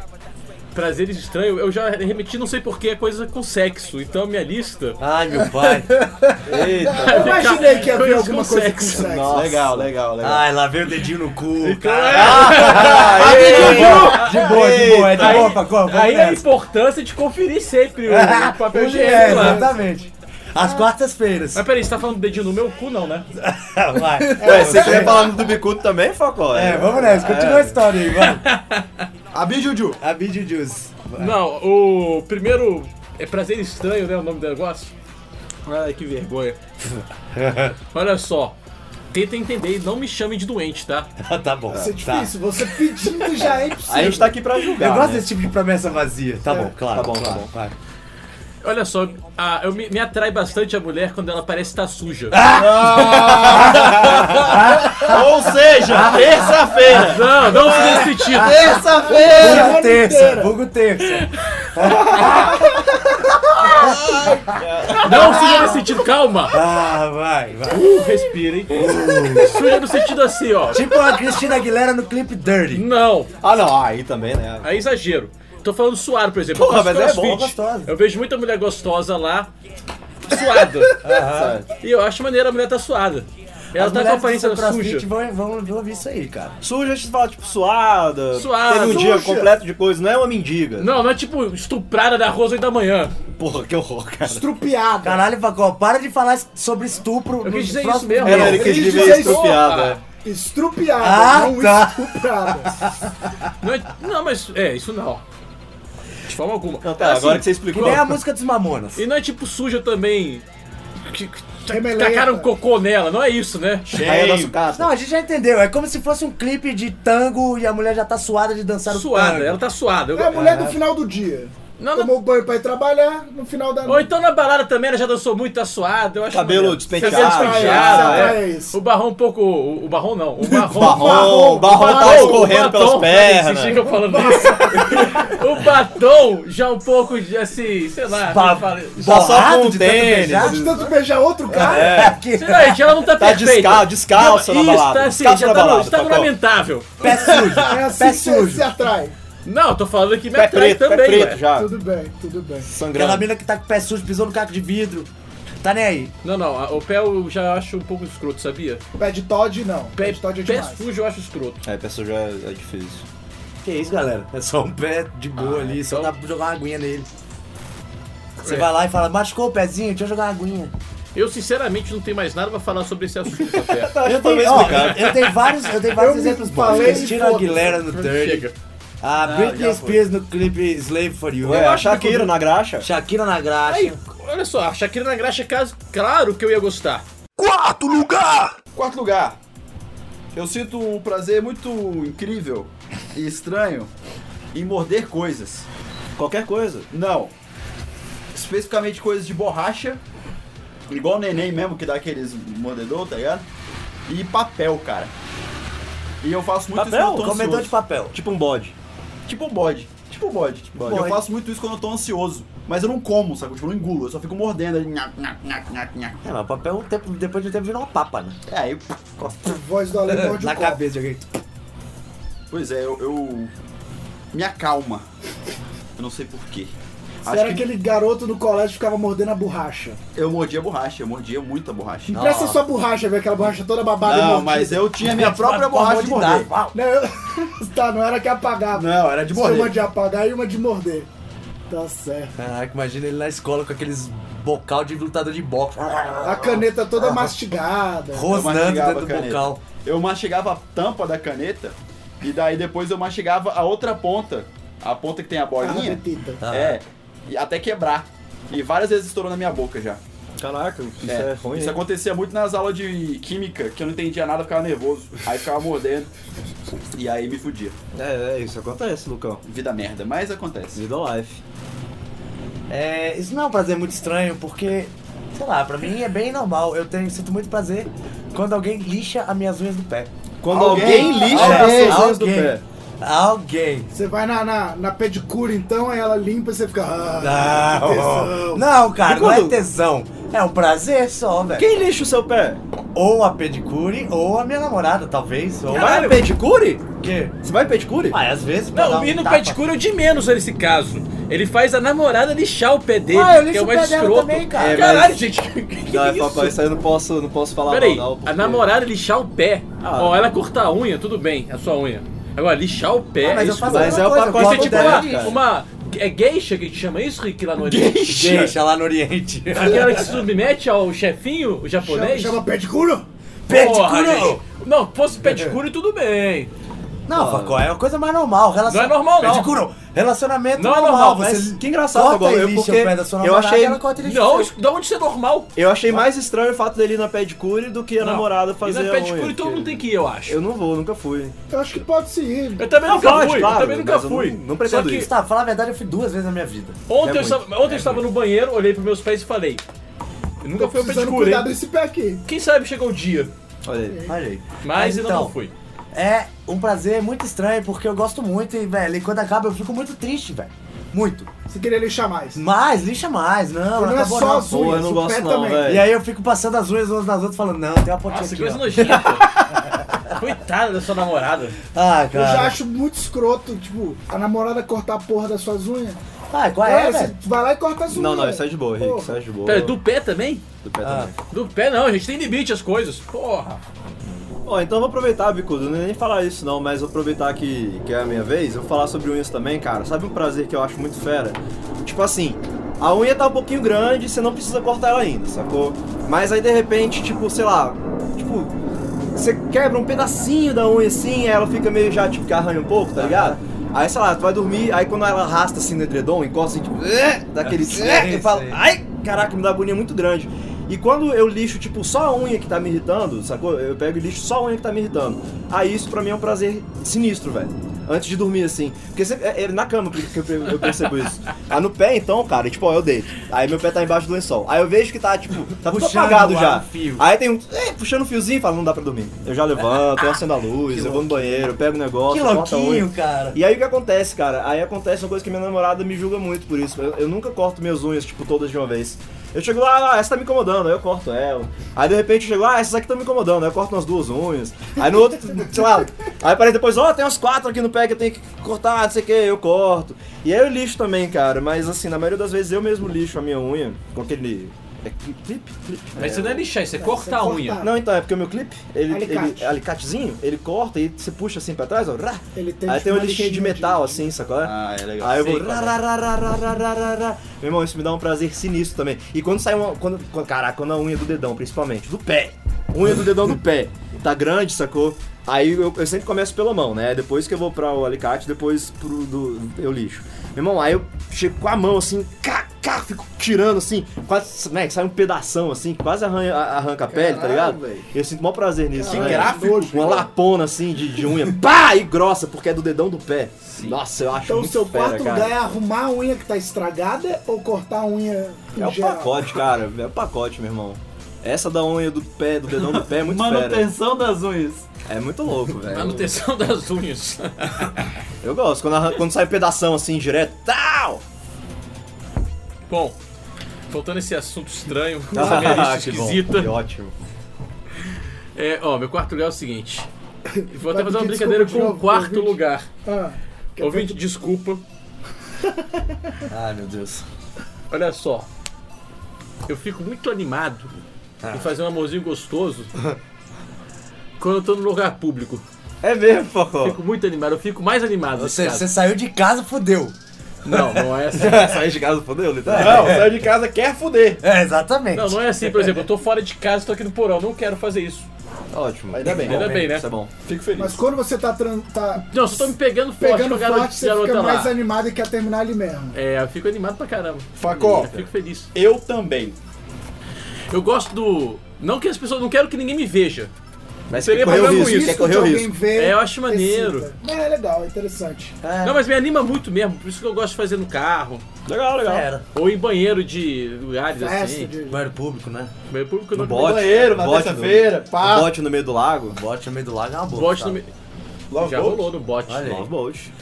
Speaker 2: prazer estranho, eu já remeti, não sei porquê, a coisa com sexo. Então a minha lista.
Speaker 1: Ai, meu pai.
Speaker 6: Eita.
Speaker 8: Eu imaginei que ia ter
Speaker 2: Coisas
Speaker 8: alguma
Speaker 2: com
Speaker 8: coisa com
Speaker 2: sexo.
Speaker 8: sexo.
Speaker 6: Nossa. é Legal, legal, legal.
Speaker 1: Ai, lavei o dedinho no cu,
Speaker 2: Então,
Speaker 1: cara.
Speaker 6: Aê!
Speaker 1: De boa, de boa, é de
Speaker 2: Aí-
Speaker 1: boa, Pacó. vamos
Speaker 2: Aí a
Speaker 1: nessa.
Speaker 2: importância de conferir sempre o, o papel
Speaker 1: Hoje
Speaker 2: higiênico né?
Speaker 1: é,
Speaker 2: lá.
Speaker 1: exatamente. Às quartas-feiras.
Speaker 2: Mas peraí, você tá falando dedinho no meu cu, não, né?
Speaker 1: Vai.
Speaker 6: Ué, Ah, é, você quer falar no do bicudo também, Focó?
Speaker 1: É, vamos nessa, continua a história aí, vai.
Speaker 6: Abi Juju.
Speaker 1: A Bid Juice.
Speaker 2: Não, o primeiro. É prazer estranho, né? O nome do negócio. Ai, que vergonha. Olha só. Tenta entender e não me chame de doente, tá?
Speaker 1: tá bom.
Speaker 8: Isso é
Speaker 1: Tá.
Speaker 8: difícil, você pedindo já é impossível.
Speaker 6: A gente tá aqui pra julgar.
Speaker 1: Eu gosto
Speaker 6: né?
Speaker 1: desse tipo de promessa vazia. Tá bom, claro.
Speaker 6: tá bom, tá
Speaker 1: claro,
Speaker 6: bom.
Speaker 1: vai.
Speaker 2: Olha só, a- eu me, me atrai bastante a mulher quando ela parece estar suja.
Speaker 6: Ah! Ou seja, terça-feira. Ah!
Speaker 2: Não, não se nesse sentido.
Speaker 6: Terça-feira.
Speaker 1: Vulgo terça, vulgo terça.
Speaker 6: Ah!
Speaker 2: Não suja nesse sentido. Calma.
Speaker 1: Ah, vai, vai.
Speaker 2: Respira, hein? Suja no sentido assim, ó.
Speaker 1: Tipo a Cristina Aguilera no clipe Dirty.
Speaker 2: Não,
Speaker 6: Ah, não, aí também, né?
Speaker 2: aí é exagero. Tô falando suado, por exemplo. Eu
Speaker 6: Porra, mas
Speaker 2: faço
Speaker 6: é bom,
Speaker 2: crossfit.
Speaker 1: gostosa.
Speaker 2: Eu vejo muita mulher gostosa lá, suada.
Speaker 6: Sabe?
Speaker 2: e eu acho maneiro a mulher tá suada. Ela
Speaker 1: As
Speaker 2: tá com a
Speaker 1: mulheres
Speaker 2: aparência
Speaker 1: que são
Speaker 2: suja.
Speaker 1: crossfit Vão, vão, vão ouvir isso aí, cara.
Speaker 6: Suja, a gente fala, tipo, suada.
Speaker 2: Suada,
Speaker 6: Teve um
Speaker 2: suja.
Speaker 6: dia completo de coisa, não é uma mendiga.
Speaker 2: Não, não é tipo estuprada da Rosa 8 da manhã.
Speaker 6: Porra, que horror, cara.
Speaker 8: Estrupiado.
Speaker 1: Caralho, Pacó, para de falar sobre estupro.
Speaker 2: Eu quis
Speaker 1: nos
Speaker 2: dizer
Speaker 1: próximos
Speaker 2: isso mesmo. É,
Speaker 1: meses.
Speaker 6: Ela ele
Speaker 8: Eu
Speaker 6: quis
Speaker 8: quis
Speaker 6: dizer
Speaker 8: dizer
Speaker 6: estrupiada.
Speaker 2: tá
Speaker 8: Estrupiada,
Speaker 1: Ah,
Speaker 8: não
Speaker 1: tá.
Speaker 8: estuprada.
Speaker 2: Não, é- não, mas é, isso não. De forma alguma. É
Speaker 6: Não, tá, agora que você
Speaker 1: Que
Speaker 6: explicou.
Speaker 1: nem a música dos Mamonas.
Speaker 2: E não é tipo suja também. Que, que
Speaker 8: Remelenta.
Speaker 2: tacaram cocô nela, não é isso, né?
Speaker 6: Rainha da sucata.
Speaker 1: Não, a gente já entendeu. É como se fosse um clipe de tango e a mulher já tá suada de dançar o
Speaker 2: Suada,
Speaker 1: tango.
Speaker 2: ela tá suada. Eu-
Speaker 8: É a mulher do final do dia.
Speaker 2: Não, não-
Speaker 8: Tomou banho pra ir trabalhar, no final da
Speaker 2: Ou
Speaker 8: noite.
Speaker 2: então na balada também, ela já dançou muito, tá suada. Eu acho
Speaker 6: Cabelo
Speaker 2: maneiro.
Speaker 6: despenteado.
Speaker 2: Cabelo
Speaker 8: Ah, é,
Speaker 2: despenteado,
Speaker 8: é,
Speaker 2: é.
Speaker 8: é isso.
Speaker 2: O barrão um pouco. O, o barrão não. O barrão.
Speaker 6: Barrom, Barrom tá escorrendo pelas
Speaker 2: Vocês
Speaker 6: pernas.
Speaker 2: ficam falando isso. o batom já um pouco de assim, sei lá.
Speaker 1: Ba-
Speaker 2: como fala-
Speaker 6: Tá só
Speaker 1: Borrado
Speaker 6: com
Speaker 2: um
Speaker 1: de
Speaker 6: o
Speaker 1: tanto
Speaker 6: tênis.
Speaker 1: beijar?
Speaker 8: De tanto beijar outro cara.
Speaker 6: É,
Speaker 1: Que
Speaker 2: Sei lá, gente, ela não tá,
Speaker 6: tá
Speaker 2: perfeita.
Speaker 6: descalço, descalço na
Speaker 2: Isso,
Speaker 6: balada.
Speaker 2: tá assim,
Speaker 6: Descalço
Speaker 2: já
Speaker 6: na
Speaker 2: tá, no,
Speaker 6: balada.
Speaker 2: está no
Speaker 6: Focó.
Speaker 2: lamentável.
Speaker 1: pé sujo.
Speaker 8: É assim
Speaker 1: pé
Speaker 8: que você
Speaker 1: sujo.
Speaker 8: se atrai.
Speaker 2: Não, tô falando que me
Speaker 6: tá Pé
Speaker 2: atrai
Speaker 6: preto,
Speaker 2: também,
Speaker 6: pé preto
Speaker 2: ué.
Speaker 6: já.
Speaker 8: Tudo bem, tudo bem.
Speaker 1: Aquela
Speaker 6: Sangrando.
Speaker 1: mina que tá com o pé sujo, pisou no caco de vidro. Tá nem aí.
Speaker 2: Não, não, a- o pé eu já acho um pouco escroto, sabia?
Speaker 8: Pé de Todd, não. Pé,
Speaker 2: Pé,
Speaker 8: de Todd é
Speaker 2: pé
Speaker 8: demais.
Speaker 2: sujo eu acho escroto.
Speaker 6: É, pessoa já é é difícil.
Speaker 1: Que isso, galera? É só um pé de boa ali, só
Speaker 2: então- É.
Speaker 1: dá pra jogar uma aguinha nele. Você vai lá e fala, machucou o pezinho, deixa eu jogar uma aguinha.
Speaker 2: Eu sinceramente não tenho mais nada pra falar sobre esse assunto até.
Speaker 1: Eu
Speaker 6: tô
Speaker 1: tenho,
Speaker 6: bem
Speaker 1: ó,
Speaker 6: explicado.
Speaker 1: eu tenho vários, eu tenho vários
Speaker 8: Eu me
Speaker 1: exemplos bons.
Speaker 8: falei,
Speaker 1: Cristina
Speaker 8: foda-se.
Speaker 1: Aguilera no Dirty,
Speaker 2: Chega.
Speaker 1: a Britney Spears no clipe Slave for You,
Speaker 6: Ué, a Shakira na graxa.
Speaker 1: Shakira na graxa.
Speaker 2: Aí, olha só, a Shakira na graxa, caso- claro que eu ia gostar.
Speaker 9: Quarto lugar. Eu sinto um prazer muito incrível e estranho em morder coisas.
Speaker 6: Qualquer coisa.
Speaker 9: Não. Especificamente coisas de borracha. Igual o neném mesmo, que dá aqueles mordedor, tá ligado? E papel, cara. E eu faço muito
Speaker 6: Papel?
Speaker 9: isso quando eu tô
Speaker 1: Comedor de
Speaker 9: ansioso.
Speaker 1: papel.
Speaker 6: Tipo um bode.
Speaker 9: Tipo bode. Tipo bode. Tipo bode. Eu
Speaker 1: bode.
Speaker 9: faço muito isso quando eu tô ansioso. Mas eu não como, sabe? Tipo, eu não engulo. Eu só fico mordendo. ali. Nha, nha, nha, nha, nha.
Speaker 1: É, mas papel um tempo- depois de um tempo virou uma papa, né?
Speaker 9: É, aí...
Speaker 8: Voz do além onde
Speaker 1: Na
Speaker 8: o copo.
Speaker 1: cabeça de alguém.
Speaker 9: Pois é, eu... eu- Me acalma. Eu não sei porquê.
Speaker 8: Você era aquele garoto do colégio que ficava mordendo a borracha.
Speaker 9: Eu mordia borracha, eu mordia muita borracha.
Speaker 8: Empresta sua borracha, velho. Aquela borracha toda babada e
Speaker 9: Não,
Speaker 8: mordida.
Speaker 9: mas eu tinha minha própria
Speaker 1: Com a
Speaker 9: borracha de
Speaker 1: mordidada.
Speaker 9: morder.
Speaker 8: Não, eu- tá, não era que apagava.
Speaker 9: Não, era de
Speaker 8: Tinha Uma
Speaker 9: morder.
Speaker 8: de apagar e uma de morder. Tá certo.
Speaker 1: Caraca, imagina ele na escola com aqueles bocal de lutador de boxe.
Speaker 8: A caneta toda mastigada.
Speaker 1: Rosnando
Speaker 9: mastigava
Speaker 1: dentro do
Speaker 9: a caneta.
Speaker 1: bocal.
Speaker 9: Eu mastigava a tampa da caneta e daí depois eu mastigava a outra ponta. A ponta que tem a
Speaker 8: a
Speaker 9: bolinha.
Speaker 8: repetida.
Speaker 1: Ah.
Speaker 9: É. E até quebrar. E várias vezes estourou na minha boca já.
Speaker 6: Caraca, isso
Speaker 9: É,
Speaker 6: é, ruim.
Speaker 9: Isso
Speaker 6: hein?
Speaker 9: acontecia muito nas aulas de química, que eu não entendia nada, eu ficava nervoso. Aí ficava mordendo. E aí me fudia.
Speaker 6: É, é, isso acontece, Lucão.
Speaker 9: Vida merda, mas acontece.
Speaker 6: Vida life.
Speaker 1: É, isso não é um prazer muito estranho, porque, sei lá, pra mim é bem normal. Eu tenho, sinto muito prazer quando alguém lixa as minhas unhas do pé.
Speaker 6: Quando
Speaker 9: Alguém-
Speaker 6: alguém, lixa
Speaker 1: Alguém-
Speaker 6: as coisas do
Speaker 1: alguém.
Speaker 6: pé.
Speaker 1: Alguém.
Speaker 8: Você vai na, na, na pedicura então, aí ela limpa e você fica. Ah,
Speaker 1: Não,
Speaker 8: tesão.
Speaker 1: não cara,
Speaker 6: E
Speaker 1: não é
Speaker 6: quando-
Speaker 1: tesão. É um prazer só, velho.
Speaker 6: Quem lixa o seu pé?
Speaker 1: Ou a pedicure, ou a minha namorada, talvez. Ou
Speaker 6: Vai pedicure?
Speaker 1: o quê?
Speaker 6: Você vai pedicure?
Speaker 1: Ah, às vezes pra dar
Speaker 2: Não,
Speaker 1: um
Speaker 2: e no
Speaker 1: tapa.
Speaker 2: pedicure é o de menos nesse caso. Ele faz a namorada lixar o pé dele,
Speaker 1: Ah, eu
Speaker 2: que
Speaker 1: lixo
Speaker 2: é
Speaker 1: o
Speaker 2: o mais
Speaker 1: pé dela
Speaker 2: escroto.
Speaker 1: também, cara.
Speaker 6: É,
Speaker 2: Caralho,
Speaker 6: mas-
Speaker 2: gente, que, que
Speaker 6: Não,
Speaker 2: é
Speaker 6: é
Speaker 2: isso?
Speaker 6: papai, isso aí eu não posso, não posso falar
Speaker 2: Peraí,
Speaker 6: mal, não. porque-
Speaker 2: a namorada lixar o pé.
Speaker 6: Ah.
Speaker 2: Ó, ela cortar a unha, tudo bem, é a sua unha. Agora, lixar o pé.
Speaker 1: Ah, mas eu
Speaker 2: isso-
Speaker 1: faço
Speaker 6: mas
Speaker 1: alguma
Speaker 6: é o
Speaker 1: coisa, eu
Speaker 6: pacote
Speaker 2: isso é
Speaker 1: gosto dela,
Speaker 2: tipo
Speaker 6: ideia,
Speaker 2: uma,
Speaker 1: cara.
Speaker 2: uma. É geisha que a gente chama isso, Rick, lá no Oriente?
Speaker 1: Deixa lá no Oriente.
Speaker 2: Aquela que se submete ao chefinho o
Speaker 8: Chama,
Speaker 2: japonês?
Speaker 8: chama pé de curo?
Speaker 2: Porra,
Speaker 1: Pedicure!
Speaker 2: gente. Não, fosse pedicure, tudo bem.
Speaker 1: Não, Facó, é uma coisa mais normal. Relacion...
Speaker 2: Não é normal, não.
Speaker 1: Pedicure, relacionamento
Speaker 2: Não é
Speaker 1: normal.
Speaker 2: normal,
Speaker 1: você
Speaker 6: mas que engraçado,
Speaker 1: corta
Speaker 6: Facó,
Speaker 1: e
Speaker 6: eu-
Speaker 1: lixa
Speaker 6: porque
Speaker 1: o pé da sua
Speaker 6: eu
Speaker 1: namorada
Speaker 6: achei-
Speaker 1: e ela corta e lixa
Speaker 2: Não,
Speaker 1: o
Speaker 2: isso-
Speaker 1: seu.
Speaker 2: da onde isso é normal?
Speaker 6: Eu achei mais estranho o fato dele ir na pedicure do que a
Speaker 2: Não. é
Speaker 6: namorada fazer
Speaker 2: E na
Speaker 6: a unha,
Speaker 2: pedicure todo
Speaker 6: porque-
Speaker 2: mundo então tem que ir, eu acho.
Speaker 6: Eu não vou, nunca fui.
Speaker 8: Eu acho que pode se ir.
Speaker 2: Eu também
Speaker 6: Não,
Speaker 2: nunca
Speaker 6: pode,
Speaker 2: fui,
Speaker 6: claro,
Speaker 2: eu também nunca
Speaker 6: mas eu
Speaker 2: fui.
Speaker 6: não- não pretendo
Speaker 2: Só que
Speaker 6: isso.
Speaker 1: Tá, falar a verdade, eu fui duas vezes na minha vida.
Speaker 2: ontem
Speaker 6: É
Speaker 2: eu, estava, ontem eu estava no banheiro, olhei pro meus pés e falei. Eu nunca
Speaker 8: Tô
Speaker 2: fui ao
Speaker 8: precisando
Speaker 2: pedicure.
Speaker 8: cuidar
Speaker 2: hein?
Speaker 8: desse pé aqui.
Speaker 2: Quem sabe chegou o dia.
Speaker 6: Olha aí.
Speaker 1: Olha aí.
Speaker 2: Mas ainda
Speaker 1: Então,
Speaker 2: não fui.
Speaker 1: É um prazer muito estranho, porque eu gosto muito e, velho, e quando acaba eu fico muito triste, velho. Muito.
Speaker 8: Se querer lixar mais.
Speaker 1: Mas, lixa mais, não, não,
Speaker 8: Não é
Speaker 1: acabou
Speaker 8: só
Speaker 1: não.
Speaker 8: as
Speaker 6: Pô, eu
Speaker 8: unhas,
Speaker 6: não
Speaker 8: o pé
Speaker 6: gosto não,
Speaker 8: também.
Speaker 6: velho.
Speaker 1: E aí eu fico passando as unhas umas nas outras falando, não, tem uma pontinha
Speaker 2: Nossa,
Speaker 1: aqui,
Speaker 2: que coisa
Speaker 1: ó.
Speaker 2: nojenta. Coitada da sua namorada.
Speaker 1: Ah,
Speaker 8: Eu já
Speaker 1: cara.
Speaker 8: acho muito escroto, tipo, a namorada cortar a porra das suas unhas.
Speaker 1: Ah, qual é,
Speaker 8: Cara, você
Speaker 1: velho?
Speaker 8: vai lá e corta as unhas.
Speaker 6: Não, não, isso é de boa, Rick.
Speaker 8: Porra.
Speaker 6: Isso é de boa.
Speaker 2: Pera, do pé também?
Speaker 6: Do pé
Speaker 1: Ah.
Speaker 6: também.
Speaker 2: Do pé não, gente tem limite as coisas. Porra.
Speaker 6: Ó, então eu vou aproveitar, Bicudo, não ia nem falar isso não, mas vou aproveitar que, que é a minha vez, eu vou falar sobre unhas também, cara. Sabe um prazer que eu acho muito fera? Tipo assim, a unha tá um pouquinho grande, você não precisa cortar ela ainda, sacou? Mas aí de repente, tipo, sei lá, tipo, você quebra um pedacinho da unha assim, aí ela fica meio já, tipo, que arranha um pouco, tá ligado? Aí, sei lá, tu vai dormir, aí quando ela arrasta assim no edredom, encosta assim, tipo, "Eh", dá aquele
Speaker 1: Sei,
Speaker 6: eu falo,
Speaker 1: sei.
Speaker 6: ai, caraca, me dá uma agonia muito grande. E quando eu lixo, tipo, só a unha que tá me irritando, sacou? Eu pego e lixo só a unha que tá me irritando. Aí isso pra mim é um prazer sinistro, velho. Antes de dormir, assim. Porque sempre, é, é na cama que eu, eu percebo isso. Ah, no pé, então, cara, tipo, ó, eu deito. Aí meu pé tá embaixo do lençol. Aí eu vejo que tá, tipo, tá tudo
Speaker 1: Puxando
Speaker 6: apagado
Speaker 1: lá
Speaker 6: já.
Speaker 1: o fio.
Speaker 6: Aí tem um, eh, puxando o fiozinho e fala, não dá pra dormir. Eu já levanto, eu acendo a luz,
Speaker 1: Que
Speaker 6: eu vou no banheiro, eu pego o negócio,
Speaker 1: Que
Speaker 6: corto a unha.
Speaker 1: louquinho, cara.
Speaker 6: E aí o que acontece, cara? Aí acontece uma coisa que minha namorada me julga muito por isso. Eu, eu nunca corto minhas unhas, tipo, todas de uma vez. Eu chego lá, ah, essa tá me incomodando, aí eu corto ela. Aí de repente eu chego, ah, essas aqui estão me incomodando, aí eu corto umas duas unhas. Aí no outro, sei lá, aí parei depois, ó, tem umas quatro aqui no pé que eu tenho que cortar, não sei o que, eu corto. E aí eu lixo também, cara, mas assim, na maioria das vezes eu mesmo lixo a minha unha com aquele. É clip? Clip?
Speaker 2: Mas isso não é lixar, isso é cortar a
Speaker 8: cortar.
Speaker 2: unha.
Speaker 6: Não, então, é porque o meu clipe, ele,
Speaker 8: Alicate.
Speaker 6: ele- alicatezinho, ele corta e você puxa assim pra trás, ó. rá.
Speaker 8: Ele tem,
Speaker 6: aí
Speaker 8: tipo,
Speaker 6: tem uma
Speaker 8: uma
Speaker 6: lixinha de
Speaker 8: lixinha
Speaker 6: metal,
Speaker 8: de-
Speaker 6: assim, sacou?
Speaker 3: Ah, é legal.
Speaker 6: Aí eu
Speaker 2: Sei
Speaker 6: vou.
Speaker 2: qual
Speaker 6: Rá, rá,
Speaker 2: é.
Speaker 6: rá, rá, rá, rá, rá, rá, rá. Meu irmão, isso me dá um prazer sinistro também. E quando sai uma. Quando, quando- caraca, quando a unha do dedão, principalmente, do pé. Unha do dedão do pé. Tá grande, sacou? Aí eu, eu sempre começo pela mão, né? Depois que eu vou pra o alicate, depois pro do, eu lixo. Meu irmão, aí eu chego com a mão assim, cá, cá, fico tirando assim, quase, né, sai um pedação assim, quase arranha- arranca a pele, tá
Speaker 8: Caralho,
Speaker 6: ligado?
Speaker 8: velho.
Speaker 6: Eu sinto o maior prazer nisso.
Speaker 8: Caralho,
Speaker 6: velho.
Speaker 8: que nojo,
Speaker 6: Uma
Speaker 8: velho.
Speaker 6: lapona assim de, de unha, pá, e grossa, porque é do dedão do pé. Nossa, eu acho
Speaker 8: Então o
Speaker 6: muito
Speaker 8: seu
Speaker 6: fera,
Speaker 8: quarto
Speaker 6: cara.
Speaker 8: lugar é arrumar a unha que tá estragada ou cortar a unha em
Speaker 6: É o
Speaker 8: geral?
Speaker 6: pacote, cara. É o pacote, meu irmão. Essa da unha do pé, do dedão do pé é muito fera.
Speaker 9: Manutenção das unhas.
Speaker 6: É muito louco, velho.
Speaker 2: Manutenção das unhas.
Speaker 6: Eu gosto. Quando, arran- quando sai pedação assim, direto, tal!
Speaker 2: Bom, voltando a esse assunto estranho, essa minha lista
Speaker 6: Ah, que bom,
Speaker 2: esquisita.
Speaker 6: Que ótimo.
Speaker 2: É, ó, meu quarto lugar é o seguinte. Vou até fazer uma
Speaker 8: Vai pedir
Speaker 2: brincadeira
Speaker 8: desculpa de
Speaker 2: com o
Speaker 8: novo,
Speaker 2: quarto
Speaker 8: ouvinte.
Speaker 2: lugar.
Speaker 8: Ah, que
Speaker 2: Ouvinte, desculpa.
Speaker 1: Ai, meu Deus.
Speaker 2: Olha só. Eu fico muito animado em fazer um amorzinho gostoso quando eu tô num lugar público.
Speaker 6: É mesmo, Focó.
Speaker 2: Fico muito animado, eu fico mais animado.
Speaker 1: Você,
Speaker 2: nesse
Speaker 1: você saiu de casa, fudeu.
Speaker 2: caso. Não, não é assim.
Speaker 6: Sair de casa fodeu, literal. Não, saiu de casa quer foder.
Speaker 1: É, exatamente.
Speaker 2: Não, não é assim, por exemplo, eu tô fora de casa, tô aqui no porão, não quero fazer isso.
Speaker 6: Ótimo. Ainda bem.
Speaker 2: Ainda bem, né?
Speaker 6: Isso é bom.
Speaker 2: Fico
Speaker 8: coisa.
Speaker 2: feliz.
Speaker 8: Mas quando você tá, tran- tá
Speaker 2: Não, só tô me pegando forte
Speaker 8: pegando
Speaker 2: com a garota-
Speaker 8: forte, você
Speaker 2: garota
Speaker 8: fica
Speaker 2: lá.
Speaker 8: mais animado e quer terminar ali mesmo.
Speaker 2: É, eu fico animado pra caramba.
Speaker 9: Facó.
Speaker 2: Eu fico feliz.
Speaker 9: Eu também.
Speaker 2: Eu gosto do. Não que as pessoas. Não quero que ninguém me veja.
Speaker 6: Mas
Speaker 2: Seria
Speaker 6: quer correr o
Speaker 2: problema
Speaker 6: risco,
Speaker 2: isso.
Speaker 6: quer correr o
Speaker 8: um alguém
Speaker 6: risco.
Speaker 8: ver,
Speaker 2: É, eu acho maneiro.
Speaker 8: excita. É, é legal, é interessante.
Speaker 1: É,
Speaker 2: Não, mas me anima muito mesmo. Por isso que eu gosto de fazer no carro.
Speaker 6: Legal, legal.
Speaker 1: era.
Speaker 2: Ou em banheiro de lugares
Speaker 8: Festa
Speaker 2: assim.
Speaker 8: de...
Speaker 1: Banheiro público, né?
Speaker 2: Banheiro público eu não
Speaker 6: Bote,
Speaker 9: Banheiro, na
Speaker 6: bote
Speaker 9: terça-feira,
Speaker 6: no-
Speaker 9: pá.
Speaker 6: Bote no meio do lago.
Speaker 1: Bote no meio do lago é uma boa.
Speaker 2: Bote no
Speaker 1: sabe?
Speaker 2: meio.
Speaker 6: Tá.
Speaker 9: Love
Speaker 2: Já
Speaker 9: boat?
Speaker 2: rolou no bote.
Speaker 1: Olha aí.
Speaker 6: Love boat.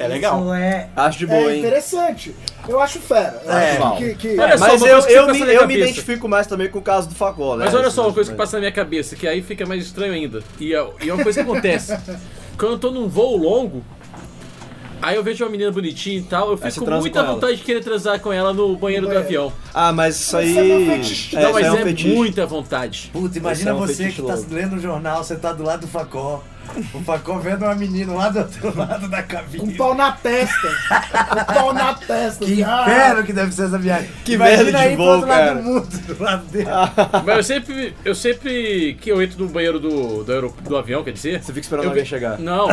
Speaker 9: É legal.
Speaker 1: Isso é
Speaker 6: Acho de boa,
Speaker 8: É
Speaker 6: hein?
Speaker 8: interessante. Eu acho fera. Eu
Speaker 6: É,
Speaker 8: acho
Speaker 6: mal.
Speaker 8: que, que-
Speaker 2: Olha só,
Speaker 6: Mas
Speaker 2: uma
Speaker 6: eu,
Speaker 2: coisa que
Speaker 6: eu,
Speaker 2: passa
Speaker 6: me,
Speaker 2: na
Speaker 6: eu
Speaker 2: minha
Speaker 6: me
Speaker 2: cabeça.
Speaker 6: identifico mais também com o caso do Facol, né?
Speaker 2: Mas olha só, uma
Speaker 6: Mas-
Speaker 2: coisa que passa na minha cabeça, que aí fica mais estranho ainda. E é, e é uma coisa que acontece. Quando eu tô num voo longo, aí eu vejo uma menina bonitinha e tal, eu
Speaker 6: Aí você
Speaker 2: fico com
Speaker 6: transa
Speaker 2: muita
Speaker 6: com ela.
Speaker 2: vontade de querer transar com ela no banheiro do
Speaker 8: banheiro.
Speaker 2: avião.
Speaker 6: Ah, mas isso aí.
Speaker 8: Isso é meu fetiche.
Speaker 6: é,
Speaker 2: Não,
Speaker 6: isso
Speaker 2: mas
Speaker 6: aí
Speaker 2: é,
Speaker 6: um fetiche.
Speaker 2: muita vontade.
Speaker 1: Putz, imagina
Speaker 6: é um
Speaker 1: você
Speaker 6: fetiche
Speaker 1: que tá
Speaker 6: louco.
Speaker 1: lendo o jornal, você tá do lado do Facó. O Facó vendo uma menina lá do outro lado da cabine.
Speaker 8: Com um pau na testa. Com um pau na testa.
Speaker 1: Que
Speaker 8: assim, ah,
Speaker 1: inferno que deve ser essa viagem.
Speaker 6: Que
Speaker 1: Imagina
Speaker 6: merda de
Speaker 1: aí pro
Speaker 6: voo,
Speaker 1: outro lado
Speaker 6: cara.
Speaker 1: do mundo, do lado dele.
Speaker 2: Mas eu sempre, eu sempre que eu entro no banheiro do, do, aerop- do avião, quer dizer,
Speaker 6: Você fica esperando
Speaker 2: Eu
Speaker 6: alguém
Speaker 2: vi-
Speaker 6: chegar.
Speaker 2: não,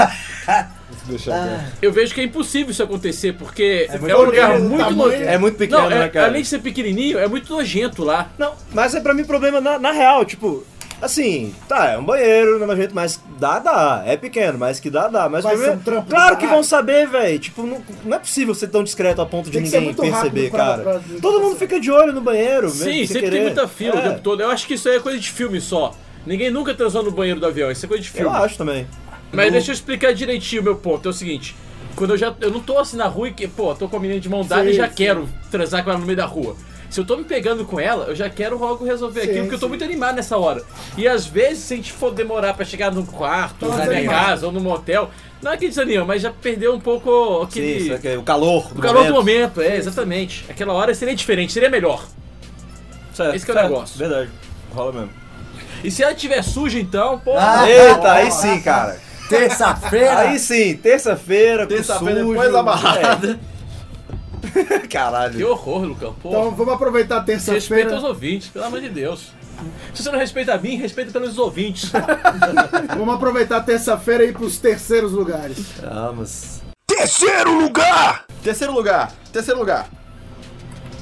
Speaker 6: Deixa eu ver.
Speaker 2: eu vejo que é impossível isso acontecer, porque é,
Speaker 1: muito
Speaker 2: um lugar
Speaker 8: pequeno,
Speaker 2: muito
Speaker 8: tamanho.
Speaker 2: nojento.
Speaker 6: É muito pequeno,
Speaker 2: Não, é-
Speaker 6: né, cara?
Speaker 2: além de ser pequenininho, é muito nojento lá.
Speaker 6: Não, mas é pra mim problema na, na real, tipo. Assim, tá, é um banheiro, não é jeito, mas dá, dá. É pequeno, mas que dá, dá. Mas
Speaker 8: Vai
Speaker 6: o problema-
Speaker 8: ser um trampo do
Speaker 6: Claro que
Speaker 8: caralho.
Speaker 6: vão saber, velho. Tipo, não, não é possível ser tão discreto a ponto de
Speaker 8: Tem que ser
Speaker 6: ninguém
Speaker 8: muito rápido
Speaker 6: perceber,
Speaker 8: pra-
Speaker 6: cara.
Speaker 8: pra- tá
Speaker 6: Todo mundo fica de olho no banheiro, mesmo
Speaker 2: Sim,
Speaker 6: sem
Speaker 2: sempre
Speaker 6: querer.
Speaker 2: tem muita fila o
Speaker 6: É,
Speaker 2: tempo todo. Eu acho que isso aí é coisa de filme só. Ninguém nunca transou no banheiro do avião, isso é coisa de
Speaker 6: Eu
Speaker 2: filme.
Speaker 6: acho também.
Speaker 2: Mas deixa eu explicar direitinho o meu ponto. É o seguinte, quando eu já. Eu não tô assim na rua e que, pô, tô com a menina de mão dada e
Speaker 8: Sim,
Speaker 2: já
Speaker 8: sim.
Speaker 2: quero transar com ela no meio da rua. Se eu tô me pegando com ela, eu já quero logo resolver
Speaker 8: Sim,
Speaker 2: aquilo, porque eu tô
Speaker 8: sim.
Speaker 2: muito animado nessa hora. E às vezes, se a gente for demorar pra chegar no quarto,
Speaker 8: Tá
Speaker 2: na minha
Speaker 8: desanimado.
Speaker 2: casa ou no motel, não é que desanima, mas já perdeu um pouco aquele.
Speaker 6: Sim, só que é o calor.
Speaker 2: o calor do momento, é, exatamente. Aquela hora seria diferente, seria melhor.
Speaker 6: Certo,
Speaker 2: Esse que é o
Speaker 6: certo,
Speaker 2: negócio.
Speaker 6: Verdade. Rola mesmo.
Speaker 2: E se ela tiver suja, então, pô.
Speaker 1: Ah,
Speaker 6: Eita, aí sim, cara.
Speaker 1: Terça-feira.
Speaker 6: Aí sim, terça-feira,
Speaker 9: Terça-feira,
Speaker 6: terça-feira
Speaker 9: depois da barrada.
Speaker 6: é. Caralho.
Speaker 2: Que horror, Lucão. Pô,
Speaker 8: Então vamos aproveitar a
Speaker 2: respeita os
Speaker 8: terça-feira.
Speaker 2: ouvintes, pelo amor de Deus. Se você não respeita a mim, respeita pelos ouvintes.
Speaker 8: Vamos aproveitar a terça-feira e ir pros terceiros lugares.
Speaker 6: Ah, mas...
Speaker 9: Terceiro lugar, terceiro lugar.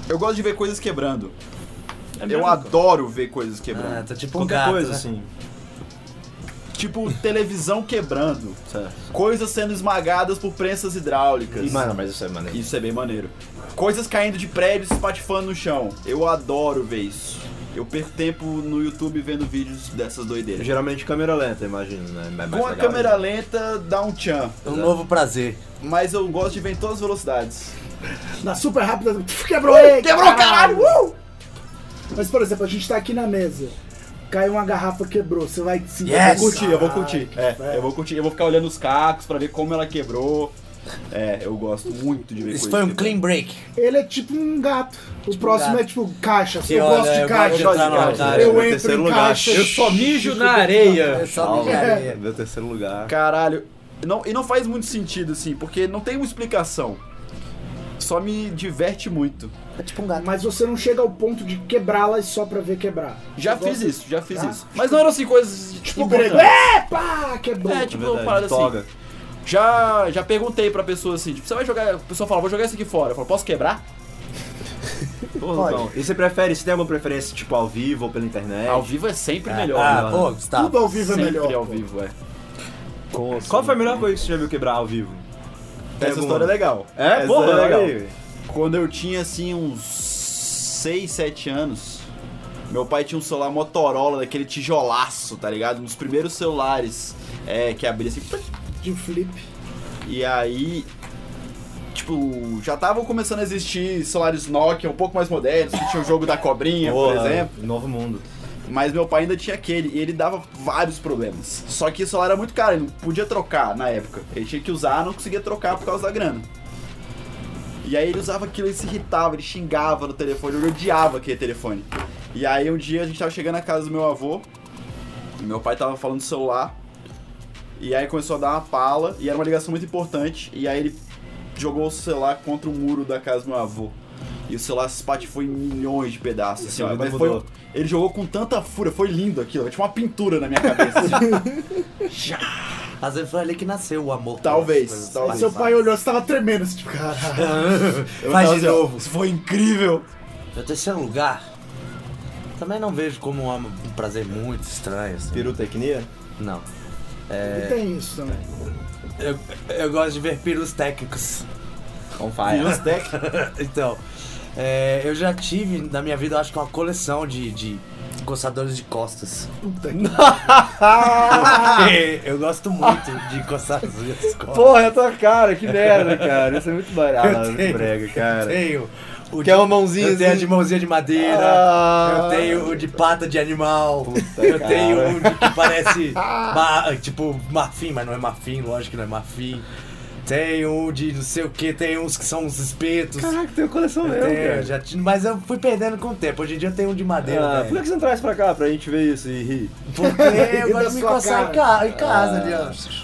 Speaker 9: Eu gosto de ver coisas quebrando.
Speaker 6: É
Speaker 9: eu adoro ver coisas quebrando.
Speaker 1: Ah, tá tipo um
Speaker 6: Qualquer
Speaker 1: gato,
Speaker 6: coisa,
Speaker 1: né?
Speaker 6: assim.
Speaker 9: Tipo, televisão quebrando.
Speaker 6: Certo.
Speaker 9: Coisas sendo esmagadas por prensas hidráulicas.
Speaker 6: E, mano, mas isso é maneiro.
Speaker 9: Isso é bem maneiro. Coisas caindo de prédios e espatifando no chão. Eu adoro ver isso. Eu perco tempo no YouTube vendo vídeos dessas doideiras.
Speaker 6: Geralmente câmera lenta, imagino, né? Mas mais
Speaker 9: Com a
Speaker 6: legal,
Speaker 9: câmera
Speaker 6: né?
Speaker 9: lenta dá um tchan,
Speaker 1: Um novo prazer.
Speaker 9: mas eu gosto de ver em todas as velocidades.
Speaker 8: Na super rápida. pf, Quebrou ele!
Speaker 9: Quebrou, caralho!
Speaker 8: Uh! Mas, por exemplo, a gente tá aqui na mesa. Caiu uma garrafa, quebrou. Você vai se
Speaker 1: Yes!
Speaker 9: Vou curtir, eu vou curtir. É, eu vou curtir. Eu vou ficar olhando os cacos pra ver como ela quebrou. É, eu gosto muito de ver
Speaker 1: Isso
Speaker 9: coisas
Speaker 1: foi um
Speaker 9: quebrando.
Speaker 1: clean break.
Speaker 8: Ele é tipo um gato. O próximo
Speaker 1: gato.
Speaker 8: é tipo caixa.
Speaker 1: Que
Speaker 8: eu
Speaker 1: olha,
Speaker 8: gosto de
Speaker 1: eu
Speaker 8: caixa.
Speaker 1: gosto de entrar
Speaker 6: na- na área,
Speaker 8: eu
Speaker 6: meu
Speaker 8: entro em
Speaker 6: terceiro lugar.
Speaker 8: caixa.
Speaker 2: Eu só mijo na areia.
Speaker 1: Só
Speaker 6: É, Meu terceiro lugar.
Speaker 9: Caralho. Não, e não faz muito sentido, assim, porque não tem uma explicação. Só me diverte muito.
Speaker 8: Mas você não chega ao ponto de quebrá-las só pra ver quebrar.
Speaker 9: Já
Speaker 8: Você
Speaker 9: fiz
Speaker 8: gosta-
Speaker 9: isso, já fiz
Speaker 8: Ah,
Speaker 6: tipo
Speaker 9: isso. Mas não eram assim coisas tipo.
Speaker 8: Tipo grego.
Speaker 9: importantes.
Speaker 8: É, pá, quebrou.
Speaker 9: É,
Speaker 6: Na
Speaker 9: tipo, uma
Speaker 6: verdade,
Speaker 9: parada
Speaker 6: toga.
Speaker 9: assim. Já, já perguntei pra pessoa assim, tipo, você vai jogar. A pessoa fala, vou jogar isso aqui fora. Eu falo, posso quebrar?
Speaker 6: Pô,
Speaker 8: Pode.
Speaker 6: Lucão, E você prefere, se tem alguma preferência, tipo, ao vivo ou pela internet?
Speaker 9: Ao vivo é sempre melhor.
Speaker 1: Ah,
Speaker 9: né?
Speaker 1: pô, Gustavo.
Speaker 8: Tudo ao vivo é
Speaker 9: sempre
Speaker 8: melhor.
Speaker 9: ao
Speaker 8: pô.
Speaker 9: vivo, é.
Speaker 6: Qual foi a melhor coisa que você já viu quebrar ao vivo?
Speaker 9: Essa história é
Speaker 6: legal.
Speaker 9: É,
Speaker 6: Essa
Speaker 9: porra,
Speaker 6: história
Speaker 9: legal.
Speaker 6: é legal.
Speaker 9: Quando eu tinha assim uns 6, 7 anos, meu pai tinha um celular Motorola daquele tijolaço, tá ligado? Um dos primeiros celulares é, que abria assim. tuc,
Speaker 8: De flip.
Speaker 9: E aí. Tipo, já estavam começando a existir celulares Nokia um pouco mais modernos, que tinha o jogo da cobrinha, por
Speaker 6: Porra,
Speaker 9: exemplo.
Speaker 6: Novo mundo.
Speaker 9: Mas meu pai ainda tinha aquele e ele dava vários problemas. Só que o celular era muito caro, ele não podia trocar na época. Ele tinha que usar, não conseguia trocar por causa da grana. E aí ele usava aquilo, ele se irritava, ele xingava no telefone, ele odiava aquele telefone. E aí um dia a gente tava chegando na casa do meu avô, e meu pai tava falando do celular, e aí começou a dar uma pala, e era uma ligação muito importante, e aí ele jogou o celular contra o muro da casa do meu avô. E o celular se espatifou em milhões de pedaços. Assim,
Speaker 6: a
Speaker 9: ó,
Speaker 6: vida
Speaker 9: mas foi,
Speaker 6: mudou.
Speaker 9: ele jogou com tanta fúria, foi lindo aquilo, tinha uma pintura na minha cabeça.
Speaker 1: Às vezes foi ali que nasceu o amor.
Speaker 6: Tá,
Speaker 9: Talvez,
Speaker 1: Pelas coisas.
Speaker 9: talvez.
Speaker 8: Seu pai olhou, você tava tremendo. Assim, tipo, caralho.
Speaker 9: Eu
Speaker 1: Faz
Speaker 9: tava
Speaker 1: de
Speaker 9: ó,
Speaker 1: novo.
Speaker 9: Isso foi incrível.
Speaker 1: Meu terceiro lugar. Também não vejo como um um prazer muito estranho. assim.
Speaker 6: Pirotecnia?
Speaker 1: Não.
Speaker 8: E tem isso também.
Speaker 1: Eu, eu gosto de ver perus técnicos.
Speaker 6: On fire.
Speaker 1: Então, é, eu já tive na minha vida, eu acho que uma coleção de, de Coçadores de costas.
Speaker 8: Puta que
Speaker 1: eu gosto muito de coçadores de costas.
Speaker 6: Porra, é tua cara, que merda, cara. Isso é muito barato,
Speaker 1: Eu tenho,
Speaker 6: brega, cara.
Speaker 1: Tenho. O
Speaker 6: Quer uma mãozinha
Speaker 1: Eu tenho a
Speaker 6: assim?
Speaker 1: de mãozinha de madeira.
Speaker 6: Ah.
Speaker 1: Eu tenho o de pata de animal. eu
Speaker 6: cara.
Speaker 1: tenho o de que parece ma- tipo marfim, mas não é marfim, lógico que não é marfim. Tenho o de não sei o que, tem uns que são uns espetos.
Speaker 6: Caraca, Ah, tem uma coleção
Speaker 1: É, Eu
Speaker 6: mesmo,
Speaker 1: tenho,
Speaker 6: cara.
Speaker 1: já tive- mas eu fui perdendo com o tempo. Hoje em dia eu tenho um de madeira.
Speaker 6: Ah,
Speaker 1: velho.
Speaker 6: por que você não traz pra cá pra gente ver isso e rir?
Speaker 1: Porque eu gosto
Speaker 8: E da
Speaker 1: de me
Speaker 8: sua
Speaker 1: coçar em ca- em casa ali,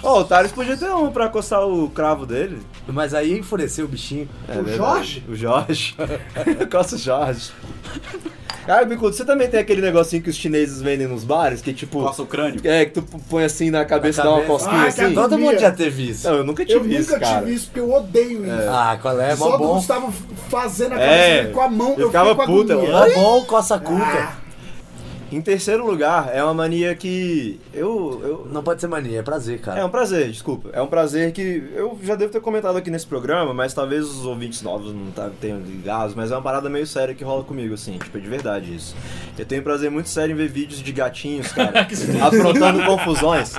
Speaker 1: ó.
Speaker 6: Ó, o Thales podia ter um pra coçar o cravo dele.
Speaker 1: Mas aí enfureceu o bichinho.
Speaker 8: O
Speaker 6: verdade.
Speaker 8: Jorge?
Speaker 6: O Jorge. Coça o Jorge. Cara, me conta, você também tem aquele negocinho que os chineses vendem nos bares, que tipo...
Speaker 9: Coça o crânio.
Speaker 6: É, que tu põe assim na cabeça e dá uma
Speaker 1: cabeça.
Speaker 6: cosquinha
Speaker 8: Ah,
Speaker 6: assim.
Speaker 8: que
Speaker 1: Todo mundo já teve isso.
Speaker 6: Não, eu nunca tive
Speaker 8: Eu
Speaker 6: isso,
Speaker 8: nunca
Speaker 6: cara.
Speaker 8: tive isso, porque eu odeio isso.
Speaker 1: Ah, qual é? Mó
Speaker 8: Só do
Speaker 1: bom.
Speaker 8: Gustavo fazendo a cabeça
Speaker 6: É.
Speaker 8: dele com a mão, eu, é
Speaker 6: Eu ficava
Speaker 8: fiquei com
Speaker 6: puta,
Speaker 8: agonia.
Speaker 1: Mó bom coça-cuca.
Speaker 6: Em terceiro lugar, é uma mania que eu, eu
Speaker 1: Não pode ser mania, é prazer, cara.
Speaker 6: É um prazer, desculpa. É um prazer que eu já devo ter comentado aqui nesse programa, mas talvez os ouvintes novos não tá- tenham ligado, mas é uma parada meio séria que rola comigo, assim, tipo, é de verdade isso. Eu tenho prazer muito sério em ver vídeos de gatinhos, cara, aprontando confusões.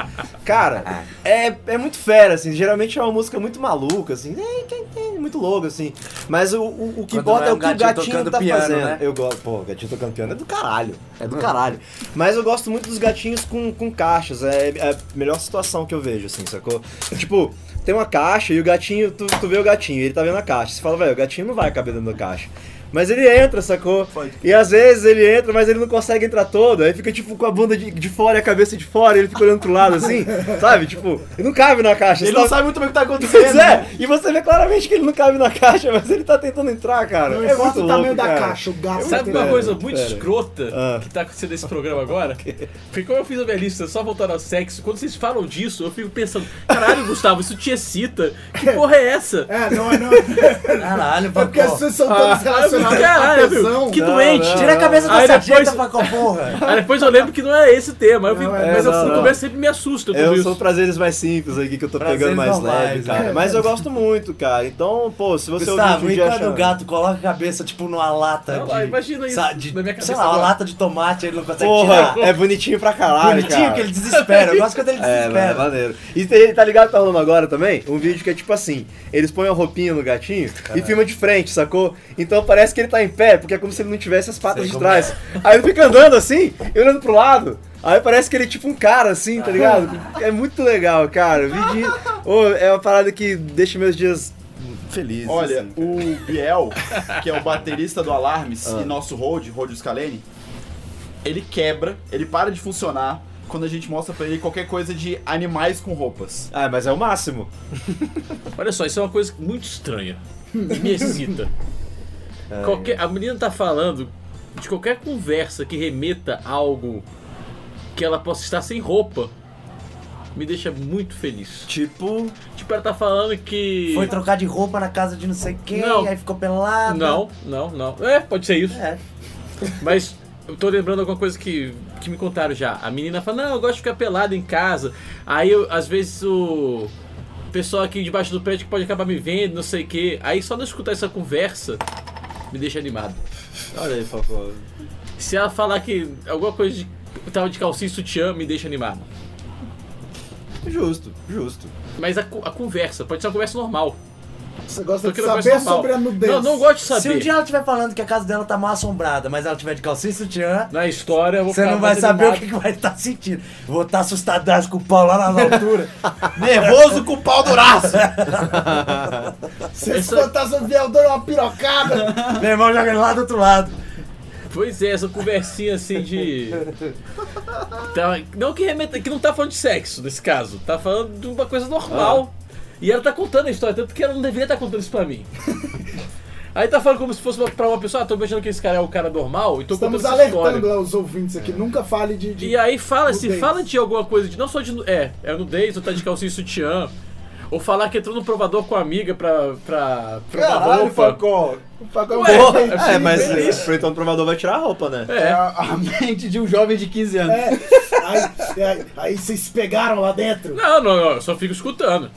Speaker 6: Cara, é, é muito fera, assim, geralmente é uma música muito maluca, assim, é, é, é, muito louco, assim. Mas o, o, o que
Speaker 1: Quando
Speaker 6: bota
Speaker 1: não é
Speaker 6: é
Speaker 1: um
Speaker 6: o que o
Speaker 1: gatinho
Speaker 6: gatinho
Speaker 1: tocando
Speaker 6: tá
Speaker 1: piano,
Speaker 6: fazendo.
Speaker 1: né?
Speaker 6: Eu gosto, pô, gatinho tocando piano é do caralho, é do caralho. Mas eu gosto muito dos gatinhos com, com caixas. É, é a melhor situação que eu vejo, assim, sacou? Tipo, tem uma caixa e o gatinho, tu, tu vê o gatinho, ele tá vendo a caixa. Você fala, velho, o gatinho não vai caber dentro da caixa. Mas ele entra, sacou? E às vezes ele entra, mas ele não consegue entrar todo. Aí fica, tipo, com a bunda de, de fora e a cabeça de fora, e ele fica olhando pro lado assim, sabe? Tipo, ele não cabe na caixa.
Speaker 9: Ele
Speaker 6: você
Speaker 9: não
Speaker 6: tá-
Speaker 9: sabe muito bem o que tá acontecendo.
Speaker 6: Pois é, e você vê claramente que ele não cabe na caixa, mas ele tá tentando entrar, cara.
Speaker 8: Não
Speaker 6: é
Speaker 8: importa
Speaker 6: muito
Speaker 8: o
Speaker 6: louco,
Speaker 8: tamanho da
Speaker 6: cara.
Speaker 8: caixa, o gato
Speaker 2: Sabe
Speaker 8: tem
Speaker 2: uma
Speaker 8: que-
Speaker 2: coisa muito
Speaker 6: pera.
Speaker 2: escrota
Speaker 6: Ah.
Speaker 2: que tá acontecendo nesse programa agora? Porque como eu fiz a minha lista só voltando ao sexo, quando vocês falam disso, eu fico pensando, caralho, Gustavo, isso te excita? Que porra é essa?
Speaker 8: É, não, é não. É
Speaker 1: Caralho,
Speaker 8: porque as
Speaker 1: Pacó.
Speaker 2: Ah,
Speaker 8: pessoas são todas relacionadas É à
Speaker 2: Caralho,
Speaker 8: tesão.
Speaker 2: viu? que
Speaker 6: Não,
Speaker 2: doente.
Speaker 6: não,
Speaker 1: Tira a cabeça
Speaker 2: Aí
Speaker 1: dessa
Speaker 2: depois-
Speaker 1: dieta, Pacó, porra.
Speaker 2: Aí depois eu lembro que não é esse tema, eu fico-
Speaker 8: Não, é,
Speaker 2: mas eu
Speaker 6: não,
Speaker 2: no
Speaker 6: não.
Speaker 2: começo sempre me assusto com
Speaker 6: Eu
Speaker 2: isso.
Speaker 6: sou prazeres mais simples aqui que eu tô
Speaker 1: Prazeres
Speaker 6: pegando mais
Speaker 1: normais,
Speaker 6: leve, cara.
Speaker 1: é.
Speaker 6: Mas eu gosto muito, cara. Então, pô, se você
Speaker 1: Gustavo,
Speaker 6: ouvir
Speaker 1: e
Speaker 6: um dia
Speaker 1: quando
Speaker 6: achando-
Speaker 1: o gato coloca a cabeça, tipo, numa lata
Speaker 2: Olha
Speaker 1: de...
Speaker 2: lá, imagina isso
Speaker 1: sa- de-
Speaker 2: na minha cabeça
Speaker 1: Sei lá, uma
Speaker 2: agora.
Speaker 1: lata de tomate, ele não consegue
Speaker 6: Porra,
Speaker 1: tirar.
Speaker 6: é bonitinho pra caralho,
Speaker 1: Bonitinho
Speaker 6: cara.
Speaker 1: que ele desespera. Eu gosto quando ele
Speaker 6: É, mano, é
Speaker 1: desespera.
Speaker 6: maneiro. E tem- tá ligado que tá rolando agora também? Um vídeo que é tipo assim: eles põem a roupinha no gatinho e filma de frente, sacou? Então parece que ele tá em pé, porque é como se ele não tivesse as patas
Speaker 1: Sei
Speaker 6: de
Speaker 1: como
Speaker 6: trás. Aí ele fica andando assim, e olhando pro lado. Aí parece que ele é tipo um cara assim, tá ligado? É muito legal, cara. O vídeo Ô, é uma parada que deixa meus dias felizes.
Speaker 9: Olha,
Speaker 6: assim.
Speaker 9: é o Biel, que é o baterista do Alarmes e nosso Rode, Rode Scalene, ele quebra, ele para de funcionar quando a gente mostra pra ele qualquer coisa de animais com roupas.
Speaker 6: Ah, mas é o máximo.
Speaker 2: Olha só, isso é uma coisa muito estranha. E me excita. Qualquer- a menina tá falando de qualquer conversa que remeta a algo que ela possa estar sem roupa. Me deixa muito feliz.
Speaker 6: Tipo,
Speaker 2: Tipo, ela tá falando que.
Speaker 1: Foi trocar de roupa na casa de não sei quem,
Speaker 2: Não.
Speaker 1: aí ficou pelado.
Speaker 2: Não, não, não. É, pode ser isso.
Speaker 1: É.
Speaker 2: Mas eu tô lembrando alguma coisa que, que me contaram já. A menina fala, não, eu gosto de ficar pelado em casa. Aí, eu- às vezes, o pessoal aqui debaixo do prédio que pode acabar me vendo, não sei o quê. Aí, só de eu escutar essa conversa, me deixa animado.
Speaker 6: olha aí, Fafo.
Speaker 2: Se ela falar que alguma coisa de... eu Tava de calcinha e sutiã, me deixa animado.
Speaker 6: Justo, justo.
Speaker 2: Mas a, co- a conversa, pode ser uma conversa normal.
Speaker 8: Você gosta
Speaker 2: Só que
Speaker 8: de
Speaker 2: não é
Speaker 8: saber
Speaker 2: normal.
Speaker 8: sobre a nudez.
Speaker 2: Não, não gosto de
Speaker 1: Se um
Speaker 2: saber.
Speaker 1: dia ela estiver falando que a casa dela tá mal assombrada, mas ela tiver de calcinha e sutiã,
Speaker 2: Na história, eu vou
Speaker 1: você
Speaker 2: ficar
Speaker 1: não vai
Speaker 2: mais
Speaker 1: saber o
Speaker 2: animado.
Speaker 1: que, que vai estar sentindo. Vou estar assustadaço com o pau lá na altura.
Speaker 9: Nervoso com o pau do braço!
Speaker 8: Se esse fantasma vier, eu dou uma pirocada.
Speaker 1: Meu irmão joga ele lá do outro lado.
Speaker 2: Pois é, essa conversinha assim de. Tá- não que remeta, que não tá falando de sexo nesse caso, tá falando de uma coisa normal. E ela tá contando a história, tanto que ela não deveria estar contando isso pra mim. Aí tá falando como se fosse pra uma pessoa, ah, tô imaginando que esse cara é um cara normal e tô
Speaker 8: Estamos
Speaker 2: contando essa história.
Speaker 8: alertando os ouvintes aqui. Nunca fale de. de-
Speaker 2: E aí fala, se
Speaker 8: Nudez.
Speaker 2: fala de alguma coisa de. Não só de. nu- É, é nudez, ou tá de calcinha e sutiã. Ou falar que entrou no provador com a amiga pra. pra. pra uma
Speaker 6: Caralho,
Speaker 2: roupa.
Speaker 6: Facó.
Speaker 8: Pagou-
Speaker 6: É, mas é, então o provador vai tirar a roupa, né?
Speaker 2: É.
Speaker 9: a mente de um jovem de 15
Speaker 2: né?
Speaker 9: anos.
Speaker 8: É, aí, aí, aí vocês pegaram lá dentro.
Speaker 2: Não, não, não, eu só fico escutando.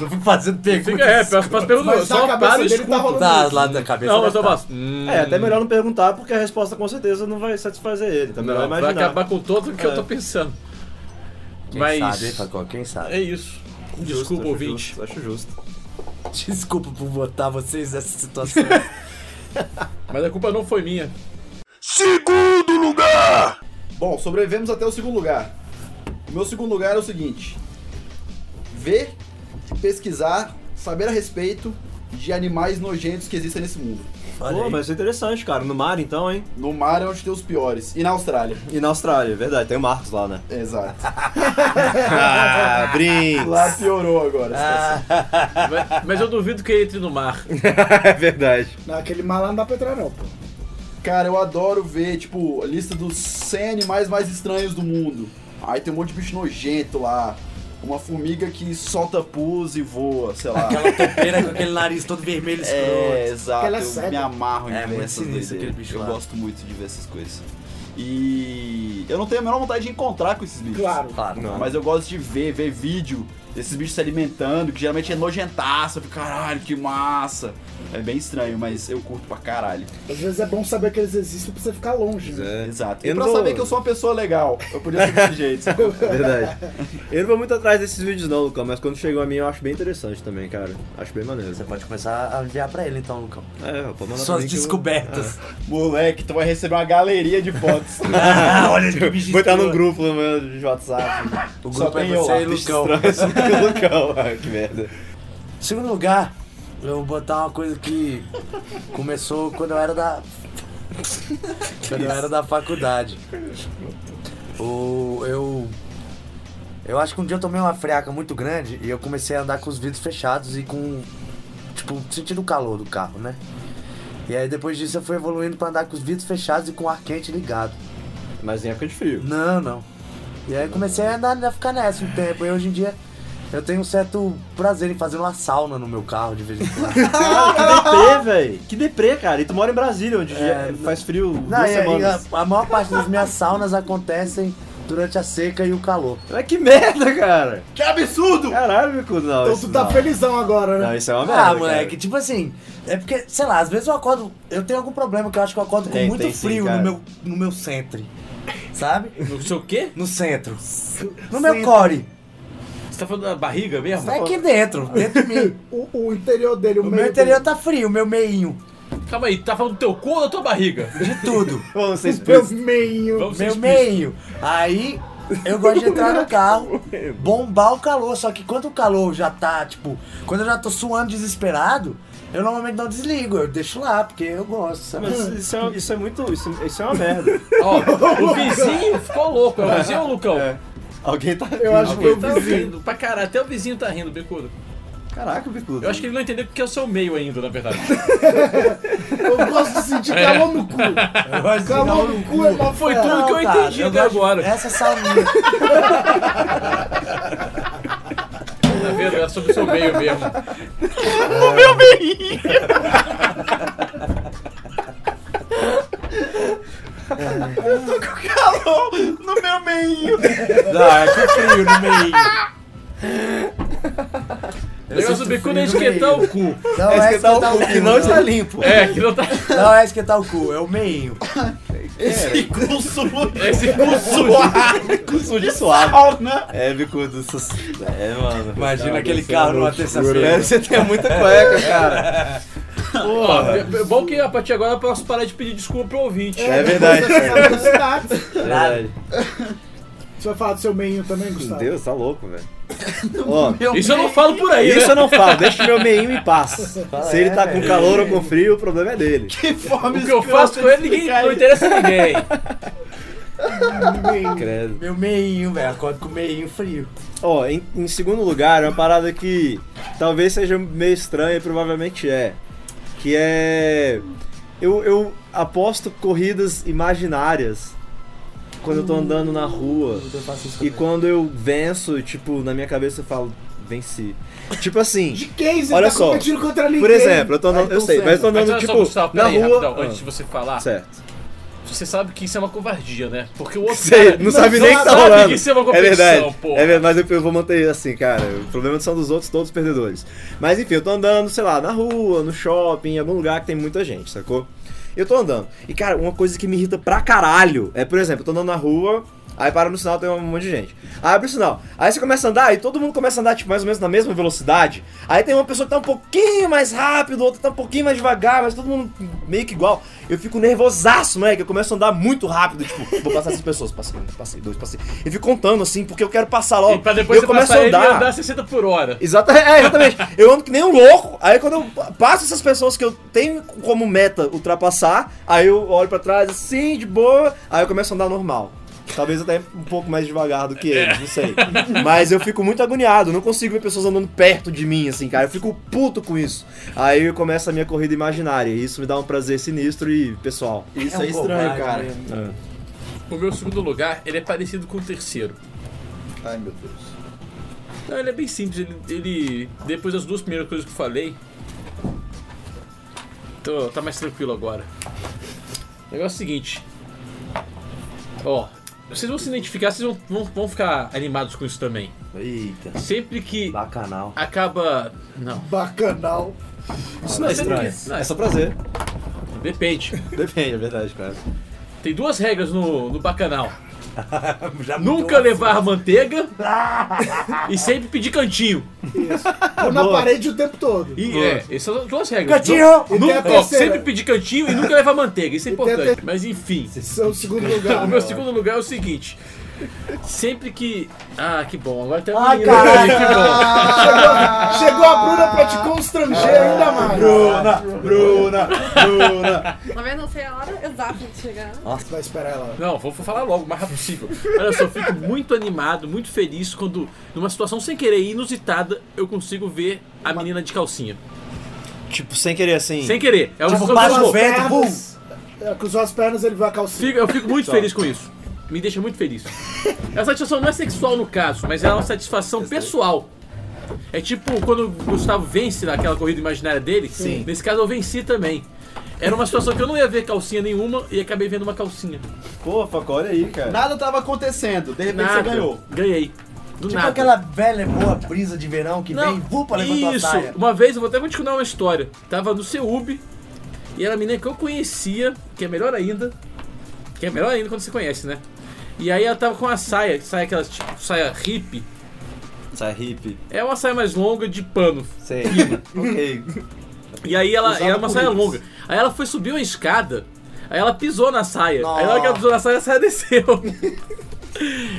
Speaker 1: Não fico fazendo
Speaker 2: Fica, é,
Speaker 1: perguntas.
Speaker 2: peço peço perguntas. Eu
Speaker 8: Mas na
Speaker 2: só
Speaker 8: cabeça
Speaker 2: paro e
Speaker 8: dele
Speaker 2: escuto.
Speaker 8: tá rolando
Speaker 1: Tá,
Speaker 8: isso.
Speaker 1: lá da cabeça.
Speaker 2: Não, eu
Speaker 1: deve
Speaker 2: só
Speaker 1: tá.
Speaker 2: faço. hum,
Speaker 6: É, até melhor não perguntar, porque a resposta com certeza não vai satisfazer ele. Tá melhor
Speaker 2: não, vai
Speaker 6: imaginar.
Speaker 2: acabar com todo o que eu tô
Speaker 6: É.
Speaker 2: pensando.
Speaker 1: Quem
Speaker 2: Mas
Speaker 1: sabe, hein, Facol? Quem sabe?
Speaker 2: é isso.
Speaker 6: Justo,
Speaker 2: Desculpa,
Speaker 6: acho
Speaker 2: ouvinte.
Speaker 6: justo, Acho justo.
Speaker 1: Desculpa por botar vocês nessa situação.
Speaker 2: Mas a culpa não foi minha.
Speaker 9: Bom, sobrevivemos até o segundo lugar. O meu segundo lugar é o seguinte: ver, pesquisar, saber a respeito de animais nojentos que existem nesse mundo.
Speaker 1: Olha
Speaker 6: Pô,
Speaker 1: aí.
Speaker 6: mas isso é interessante, cara. No mar, então, hein?
Speaker 9: No mar é onde tem os piores. E na Austrália.
Speaker 6: E na Austrália, é verdade. Tem o Marcos lá, né?
Speaker 9: Exato.
Speaker 6: Ah, brinks.
Speaker 9: Lá piorou agora. esquece.
Speaker 2: Mas- Mas eu duvido que ele entre no mar.
Speaker 6: É verdade.
Speaker 8: Não, aquele mar lá não dá pra entrar, não, pô.
Speaker 9: Cara, eu adoro ver, tipo, a lista dos 100 animais mais estranhos do mundo. Aí tem um monte de bicho nojento lá. Uma formiga que solta pus e voa, sei lá.
Speaker 1: Aquela topeira com aquele nariz todo vermelho escuro.
Speaker 9: É, exato.
Speaker 8: Aquela
Speaker 9: Eu
Speaker 8: série.
Speaker 9: me amarro em
Speaker 1: É,
Speaker 9: ver
Speaker 1: muito
Speaker 9: essas
Speaker 1: sinistro
Speaker 9: doideiras.
Speaker 1: aquele bicho
Speaker 9: Eu
Speaker 1: lá.
Speaker 9: gosto muito de ver essas coisas. E eu não tenho a menor vontade de encontrar com esses bichos.
Speaker 8: Claro.
Speaker 1: Claro.
Speaker 6: Não.
Speaker 9: Mas eu gosto de ver, ver vídeo desses bichos se alimentando, que geralmente é nojentaço. Eu fico, caralho, que massa. É bem estranho, mas eu curto pra caralho.
Speaker 8: Às vezes é bom saber que eles existem pra você ficar longe. né?
Speaker 9: Exato. E
Speaker 6: Eu
Speaker 9: pra
Speaker 6: não-
Speaker 9: saber que eu sou uma pessoa legal, eu podia ser desse jeito. sacou?
Speaker 6: É Verdade. Eu não vou muito atrás desses vídeos, não, Lucão, mas quando chegou a mim eu acho bem interessante também, cara. Acho bem maneiro.
Speaker 1: Você pode começar a enviar pra ele então, Lucão.
Speaker 6: É, eu posso mandar pra
Speaker 1: Suas
Speaker 6: mim que eu-
Speaker 1: descobertas.
Speaker 9: Moleque, tu vai receber uma galeria de fotos.
Speaker 1: Ah, olha que bicho
Speaker 6: Vou entrar
Speaker 1: escroto.
Speaker 6: num grupo lá, mano, de WhatsApp.
Speaker 1: O
Speaker 9: Só
Speaker 1: grupo
Speaker 9: tem
Speaker 1: é
Speaker 9: eu lá,
Speaker 1: você e
Speaker 9: bicho
Speaker 1: Lucão.
Speaker 9: estranho.
Speaker 6: Só que o Lucão, ah, que merda.
Speaker 1: Segundo lugar, eu vou botar uma coisa que começou quando eu era da. quando eu era da faculdade. O, eu. Eu acho que um dia eu tomei uma friaca muito grande e eu comecei a andar com os vidros fechados e com. Tipo, sentindo o calor do carro, né? E aí depois disso eu fui evoluindo pra andar com os vidros fechados e com o ar quente ligado.
Speaker 6: Mas em época de frio.
Speaker 1: Não, não. E aí comecei a, andar, a ficar nessa um tempo. E hoje em dia eu tenho um certo prazer em fazer uma sauna no meu carro de vez em quando.
Speaker 6: Cara, que deprê, velho. Que deprê, cara. E tu mora em Brasília, onde
Speaker 1: É,
Speaker 6: já faz frio
Speaker 1: Não,
Speaker 6: duas
Speaker 1: e, e a,
Speaker 6: semanas.
Speaker 1: a maior parte das minhas saunas acontecem durante a seca e o calor.
Speaker 6: Mas que merda, cara.
Speaker 9: que absurdo!
Speaker 6: Caralho, Bicudo, não.
Speaker 8: Então
Speaker 6: isso
Speaker 8: tu tá
Speaker 6: É, não.
Speaker 8: felizão agora, né?
Speaker 6: Não, isso é uma merda,
Speaker 1: Ah,
Speaker 6: cara.
Speaker 1: moleque, tipo assim, é porque, sei lá, às vezes eu acordo. Eu tenho algum problema que eu acho que eu acordo com
Speaker 6: Tem,
Speaker 1: muito
Speaker 6: tem sim,
Speaker 1: frio
Speaker 6: cara.
Speaker 1: no meu, no meu centro. Sabe?
Speaker 2: Não sei o quê?
Speaker 1: No centro. No meu core.
Speaker 2: Você tá falando da barriga mesmo?
Speaker 1: É aqui dentro, dentro de mim.
Speaker 8: O, o interior dele, o,
Speaker 1: O
Speaker 8: meio
Speaker 1: meu interior
Speaker 8: dele.
Speaker 1: tá frio, o meu meinho.
Speaker 2: Calma aí, tá falando do teu cu ou da tua barriga?
Speaker 1: De tudo.
Speaker 6: Vamos ser
Speaker 8: Meu
Speaker 6: explícitos.
Speaker 8: meio.
Speaker 2: Vamos ser
Speaker 1: meu
Speaker 2: explícitos.
Speaker 1: meio. Aí eu gosto de entrar no carro, bombar o calor. Só que quando o calor já tá, tipo, quando eu já tô suando desesperado, eu normalmente não desligo, eu deixo lá, porque eu gosto, sabe?
Speaker 6: Mas isso é, isso é muito. Isso, isso é uma merda.
Speaker 2: Ó, o vizinho ficou louco. É o vizinho ou o Lucão?
Speaker 6: É. Alguém tá.
Speaker 8: Eu acho que
Speaker 2: Alguém
Speaker 8: eu
Speaker 2: tá
Speaker 8: vizinho.
Speaker 2: rindo pra caralho. Até o vizinho tá rindo, bicudo.
Speaker 6: Caraca, Bicudo.
Speaker 2: Eu acho que ele não entendeu o que é o seu meio ainda, na verdade.
Speaker 8: Eu gosto de sentir calor no cu.
Speaker 1: Eu gosto de
Speaker 8: Calor
Speaker 1: dar um-
Speaker 8: no cu é uma
Speaker 2: Foi
Speaker 8: fera.
Speaker 2: tudo que eu
Speaker 1: cara,
Speaker 2: entendi
Speaker 1: eu
Speaker 2: até
Speaker 1: gosto de-
Speaker 2: agora.
Speaker 1: Essa sauninha.
Speaker 2: Tá vendo? É sobre o seu meio mesmo.
Speaker 9: No meu meio!
Speaker 1: Não, é com frio no meio.
Speaker 2: O negócio do
Speaker 1: sinto
Speaker 2: bicudo é
Speaker 1: frio no
Speaker 2: esquentar
Speaker 1: meio.
Speaker 2: o cu.
Speaker 1: Não é esquentar o cu.
Speaker 6: que tá não está limpo.
Speaker 2: É, que não tá.
Speaker 1: Não é esquentar o cu, é o meinho.
Speaker 9: Esse cu sujo!
Speaker 2: Esse cu sujo.
Speaker 6: Bicudo de suave.
Speaker 9: Sauna!
Speaker 6: É, Bicudo. isso- É, mano.
Speaker 1: né? Imagina
Speaker 6: Não,
Speaker 1: aquele
Speaker 6: isso é
Speaker 1: carro numa
Speaker 6: muito
Speaker 1: terça-feira.
Speaker 6: cruel. Você tem muita cueca, cara.
Speaker 2: Ó, é bom que a partir de agora eu posso parar de pedir desculpa pro ouvinte.
Speaker 6: É verdade, cara.
Speaker 8: Você
Speaker 6: Verdade.
Speaker 8: vai falar do seu meio também,
Speaker 6: Meu
Speaker 8: Gustavo?
Speaker 6: Deus, tá louco, velho. Ó,
Speaker 2: Isso eu não falo por aí,
Speaker 6: isso
Speaker 2: né?
Speaker 6: eu não falo, deixa meu meinho em paz. Se ele tá com calor ou com frio, o problema é dele.
Speaker 2: O que eu faço com ele ninguém, não interessa a ninguém.
Speaker 6: Credo.
Speaker 1: Meu meinho, velho. Acordo com o meinho frio.
Speaker 6: Ó, então, em, É, em segundo lugar, uma parada que talvez seja meio estranha, provavelmente é. Que é. Eu, eu aposto corridas imaginárias quando eu tô andando na rua.
Speaker 1: Hum, Eu faço isso
Speaker 6: E quando eu venço, tipo, na minha cabeça eu falo, venci. Tipo assim.
Speaker 8: De quem você
Speaker 6: Olha
Speaker 8: tá
Speaker 6: só,
Speaker 8: competindo contra ninguém?
Speaker 6: Por exemplo, eu tô andando.
Speaker 1: Aí,
Speaker 6: Eu
Speaker 1: então
Speaker 6: sei, mas eu tô
Speaker 2: Mas
Speaker 6: andando,
Speaker 2: olha
Speaker 6: tipo,
Speaker 2: só, Gustavo,
Speaker 6: na
Speaker 2: tá, peraí,
Speaker 6: rua.
Speaker 2: rapidão,
Speaker 6: Ah,
Speaker 2: antes de você falar.
Speaker 6: Certo.
Speaker 2: Você sabe que isso é uma covardia, né? Porque o outro
Speaker 6: Sei,
Speaker 2: cara
Speaker 6: não sabe nem o que tá
Speaker 2: sabe
Speaker 6: rolando.
Speaker 2: que isso é uma
Speaker 6: é
Speaker 2: competição,
Speaker 6: verdade.
Speaker 2: pô.
Speaker 6: É verdade, mas eu vou manter assim, cara. O problema são dos outros, todos perdedores. Mas enfim, eu tô andando, sei lá, na rua, no shopping, em algum lugar que tem muita gente, sacou? Eu tô andando. E, cara, uma coisa que me irrita pra caralho é, por exemplo, eu tô andando na rua, aí para no sinal, tem um monte de gente. Aí abre o sinal. Aí você começa a andar e todo mundo começa a andar, tipo, mais ou menos na mesma velocidade. Aí tem uma pessoa que tá um pouquinho mais rápido, outra tá um pouquinho mais devagar, mas todo mundo meio que igual. Eu fico nervosaço, moleque. Eu começo a andar muito rápido, tipo, vou passar essas pessoas. Passei, um, passei, dois, passei. Eu fico contando, assim, porque eu quero passar logo.
Speaker 2: E pra depois
Speaker 6: eu
Speaker 2: você
Speaker 6: começo
Speaker 2: passar
Speaker 6: a
Speaker 2: ele e
Speaker 6: andar.
Speaker 2: andar 60 por hora.
Speaker 6: Exatamente, é, exatamente. Eu ando que nem um louco, aí quando eu passo essas pessoas que eu tenho como meta ultrapassar, aí eu olho pra trás assim, de boa, aí eu começo a andar normal. Talvez até um pouco mais devagar do que eles, não sei. Mas eu fico muito agoniado, eu não consigo ver pessoas andando perto de mim, assim, cara. Eu fico puto com isso. Aí eu começo a minha corrida imaginária, e isso me dá um prazer sinistro e, pessoal.
Speaker 9: Isso
Speaker 10: um
Speaker 9: é, estranho,
Speaker 10: covarde
Speaker 9: cara.
Speaker 10: mesmo.
Speaker 2: O meu segundo lugar, ele é parecido com o terceiro.
Speaker 9: Ai, meu Deus.
Speaker 2: Não, ele é bem simples. Ele, ele- depois das duas primeiras coisas que eu falei, tô, tá mais tranquilo agora. O negócio é o seguinte. Ó, vocês vão se identificar, vocês vão, vão, vão ficar animados com isso também.
Speaker 1: Eita.
Speaker 2: Sempre que
Speaker 1: Bacanal.
Speaker 2: acaba, não,
Speaker 8: Bacanal.
Speaker 6: Isso não é
Speaker 2: Sempre
Speaker 6: estranho.
Speaker 2: que- não,
Speaker 6: É só prazer.
Speaker 2: depende.
Speaker 6: Depende, é verdade, cara.
Speaker 2: Tem duas regras no, no bacanal.
Speaker 1: Já
Speaker 2: Nunca levar manteiga e sempre pedir cantinho.
Speaker 6: Ah,
Speaker 8: Ou na parede o tempo todo.
Speaker 2: E é, essas são as duas regras.
Speaker 1: Cantinho!
Speaker 8: E tem é a
Speaker 2: Nunca, ó,
Speaker 8: terceira.
Speaker 2: sempre pedir cantinho e nunca levar manteiga, isso é
Speaker 8: E tem a
Speaker 2: importante. Mas enfim,
Speaker 8: Esse é o segundo lugar.
Speaker 2: o meu segundo lugar é o seguinte. Sempre que. Ah, que bom, agora tem uma
Speaker 1: Ai,
Speaker 2: menina aqui,
Speaker 1: caralho.
Speaker 2: que bom.
Speaker 8: Chegou, chegou a Bruna pra te
Speaker 6: Ah.
Speaker 8: constranger ainda mais.
Speaker 6: Bruna, Bruna, Bruna.
Speaker 4: Tá vendo? Eu sei a hora exata de chegar.
Speaker 2: Ah.
Speaker 8: Vai esperar ela.
Speaker 2: Não, vou, vou falar logo, o mais rápido possível. Olha só, eu fico muito animado, muito feliz quando, numa situação sem querer inusitada, eu consigo ver a menina de calcinha.
Speaker 6: Tipo, sem querer assim.
Speaker 2: Sem querer. É uma
Speaker 1: Tipo,
Speaker 2: situação
Speaker 1: passa o
Speaker 2: boa.
Speaker 1: vento. Pedro,
Speaker 8: Pernas, é, cruzou as pernas, ele viu a calcinha.
Speaker 2: Fico- eu fico muito feliz com isso. Me deixa muito feliz. A satisfação não é sexual no caso, mas é uma satisfação pessoal. É tipo quando o Gustavo vence naquela corrida imaginária dele. Sim. Nesse caso eu venci também. Era uma situação que eu não ia ver calcinha nenhuma e acabei vendo uma calcinha.
Speaker 6: Pô, Foco, olha aí, cara.
Speaker 9: Nada tava acontecendo, de repente você ganhou.
Speaker 2: Ganhei. Do
Speaker 1: Tipo
Speaker 2: nada.
Speaker 1: aquela velha boa brisa de verão que vem, vou pra levantar a
Speaker 2: isso.
Speaker 1: saia.
Speaker 2: Uma vez, eu vou até vou te contar uma história. Tava no CEUB e era a menina que eu conhecia, que é melhor ainda. Que é melhor ainda quando você conhece, né? E aí ela tava com uma saia, saia aquela tipo, saia hippie.
Speaker 6: Sai hippie.
Speaker 2: É uma saia mais longa de pano.
Speaker 6: Sei. ok.
Speaker 2: E aí ela
Speaker 9: Usada
Speaker 2: era uma
Speaker 9: por
Speaker 2: saia
Speaker 9: eles.
Speaker 2: longa. Aí ela foi subir uma escada. Aí ela pisou na saia. Aí na hora que ela pisou na saia, a saia desceu.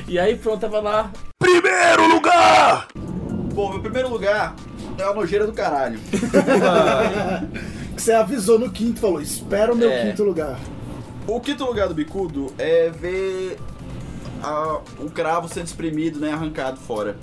Speaker 2: e aí pronto, tava lá.
Speaker 9: Bom, meu primeiro lugar é uma nojeira do caralho.
Speaker 8: Que Você avisou no quinto, falou, espera o meu
Speaker 9: É.
Speaker 8: quinto lugar.
Speaker 9: O quinto lugar do bicudo é ver a- o cravo sendo espremido, né, arrancado fora.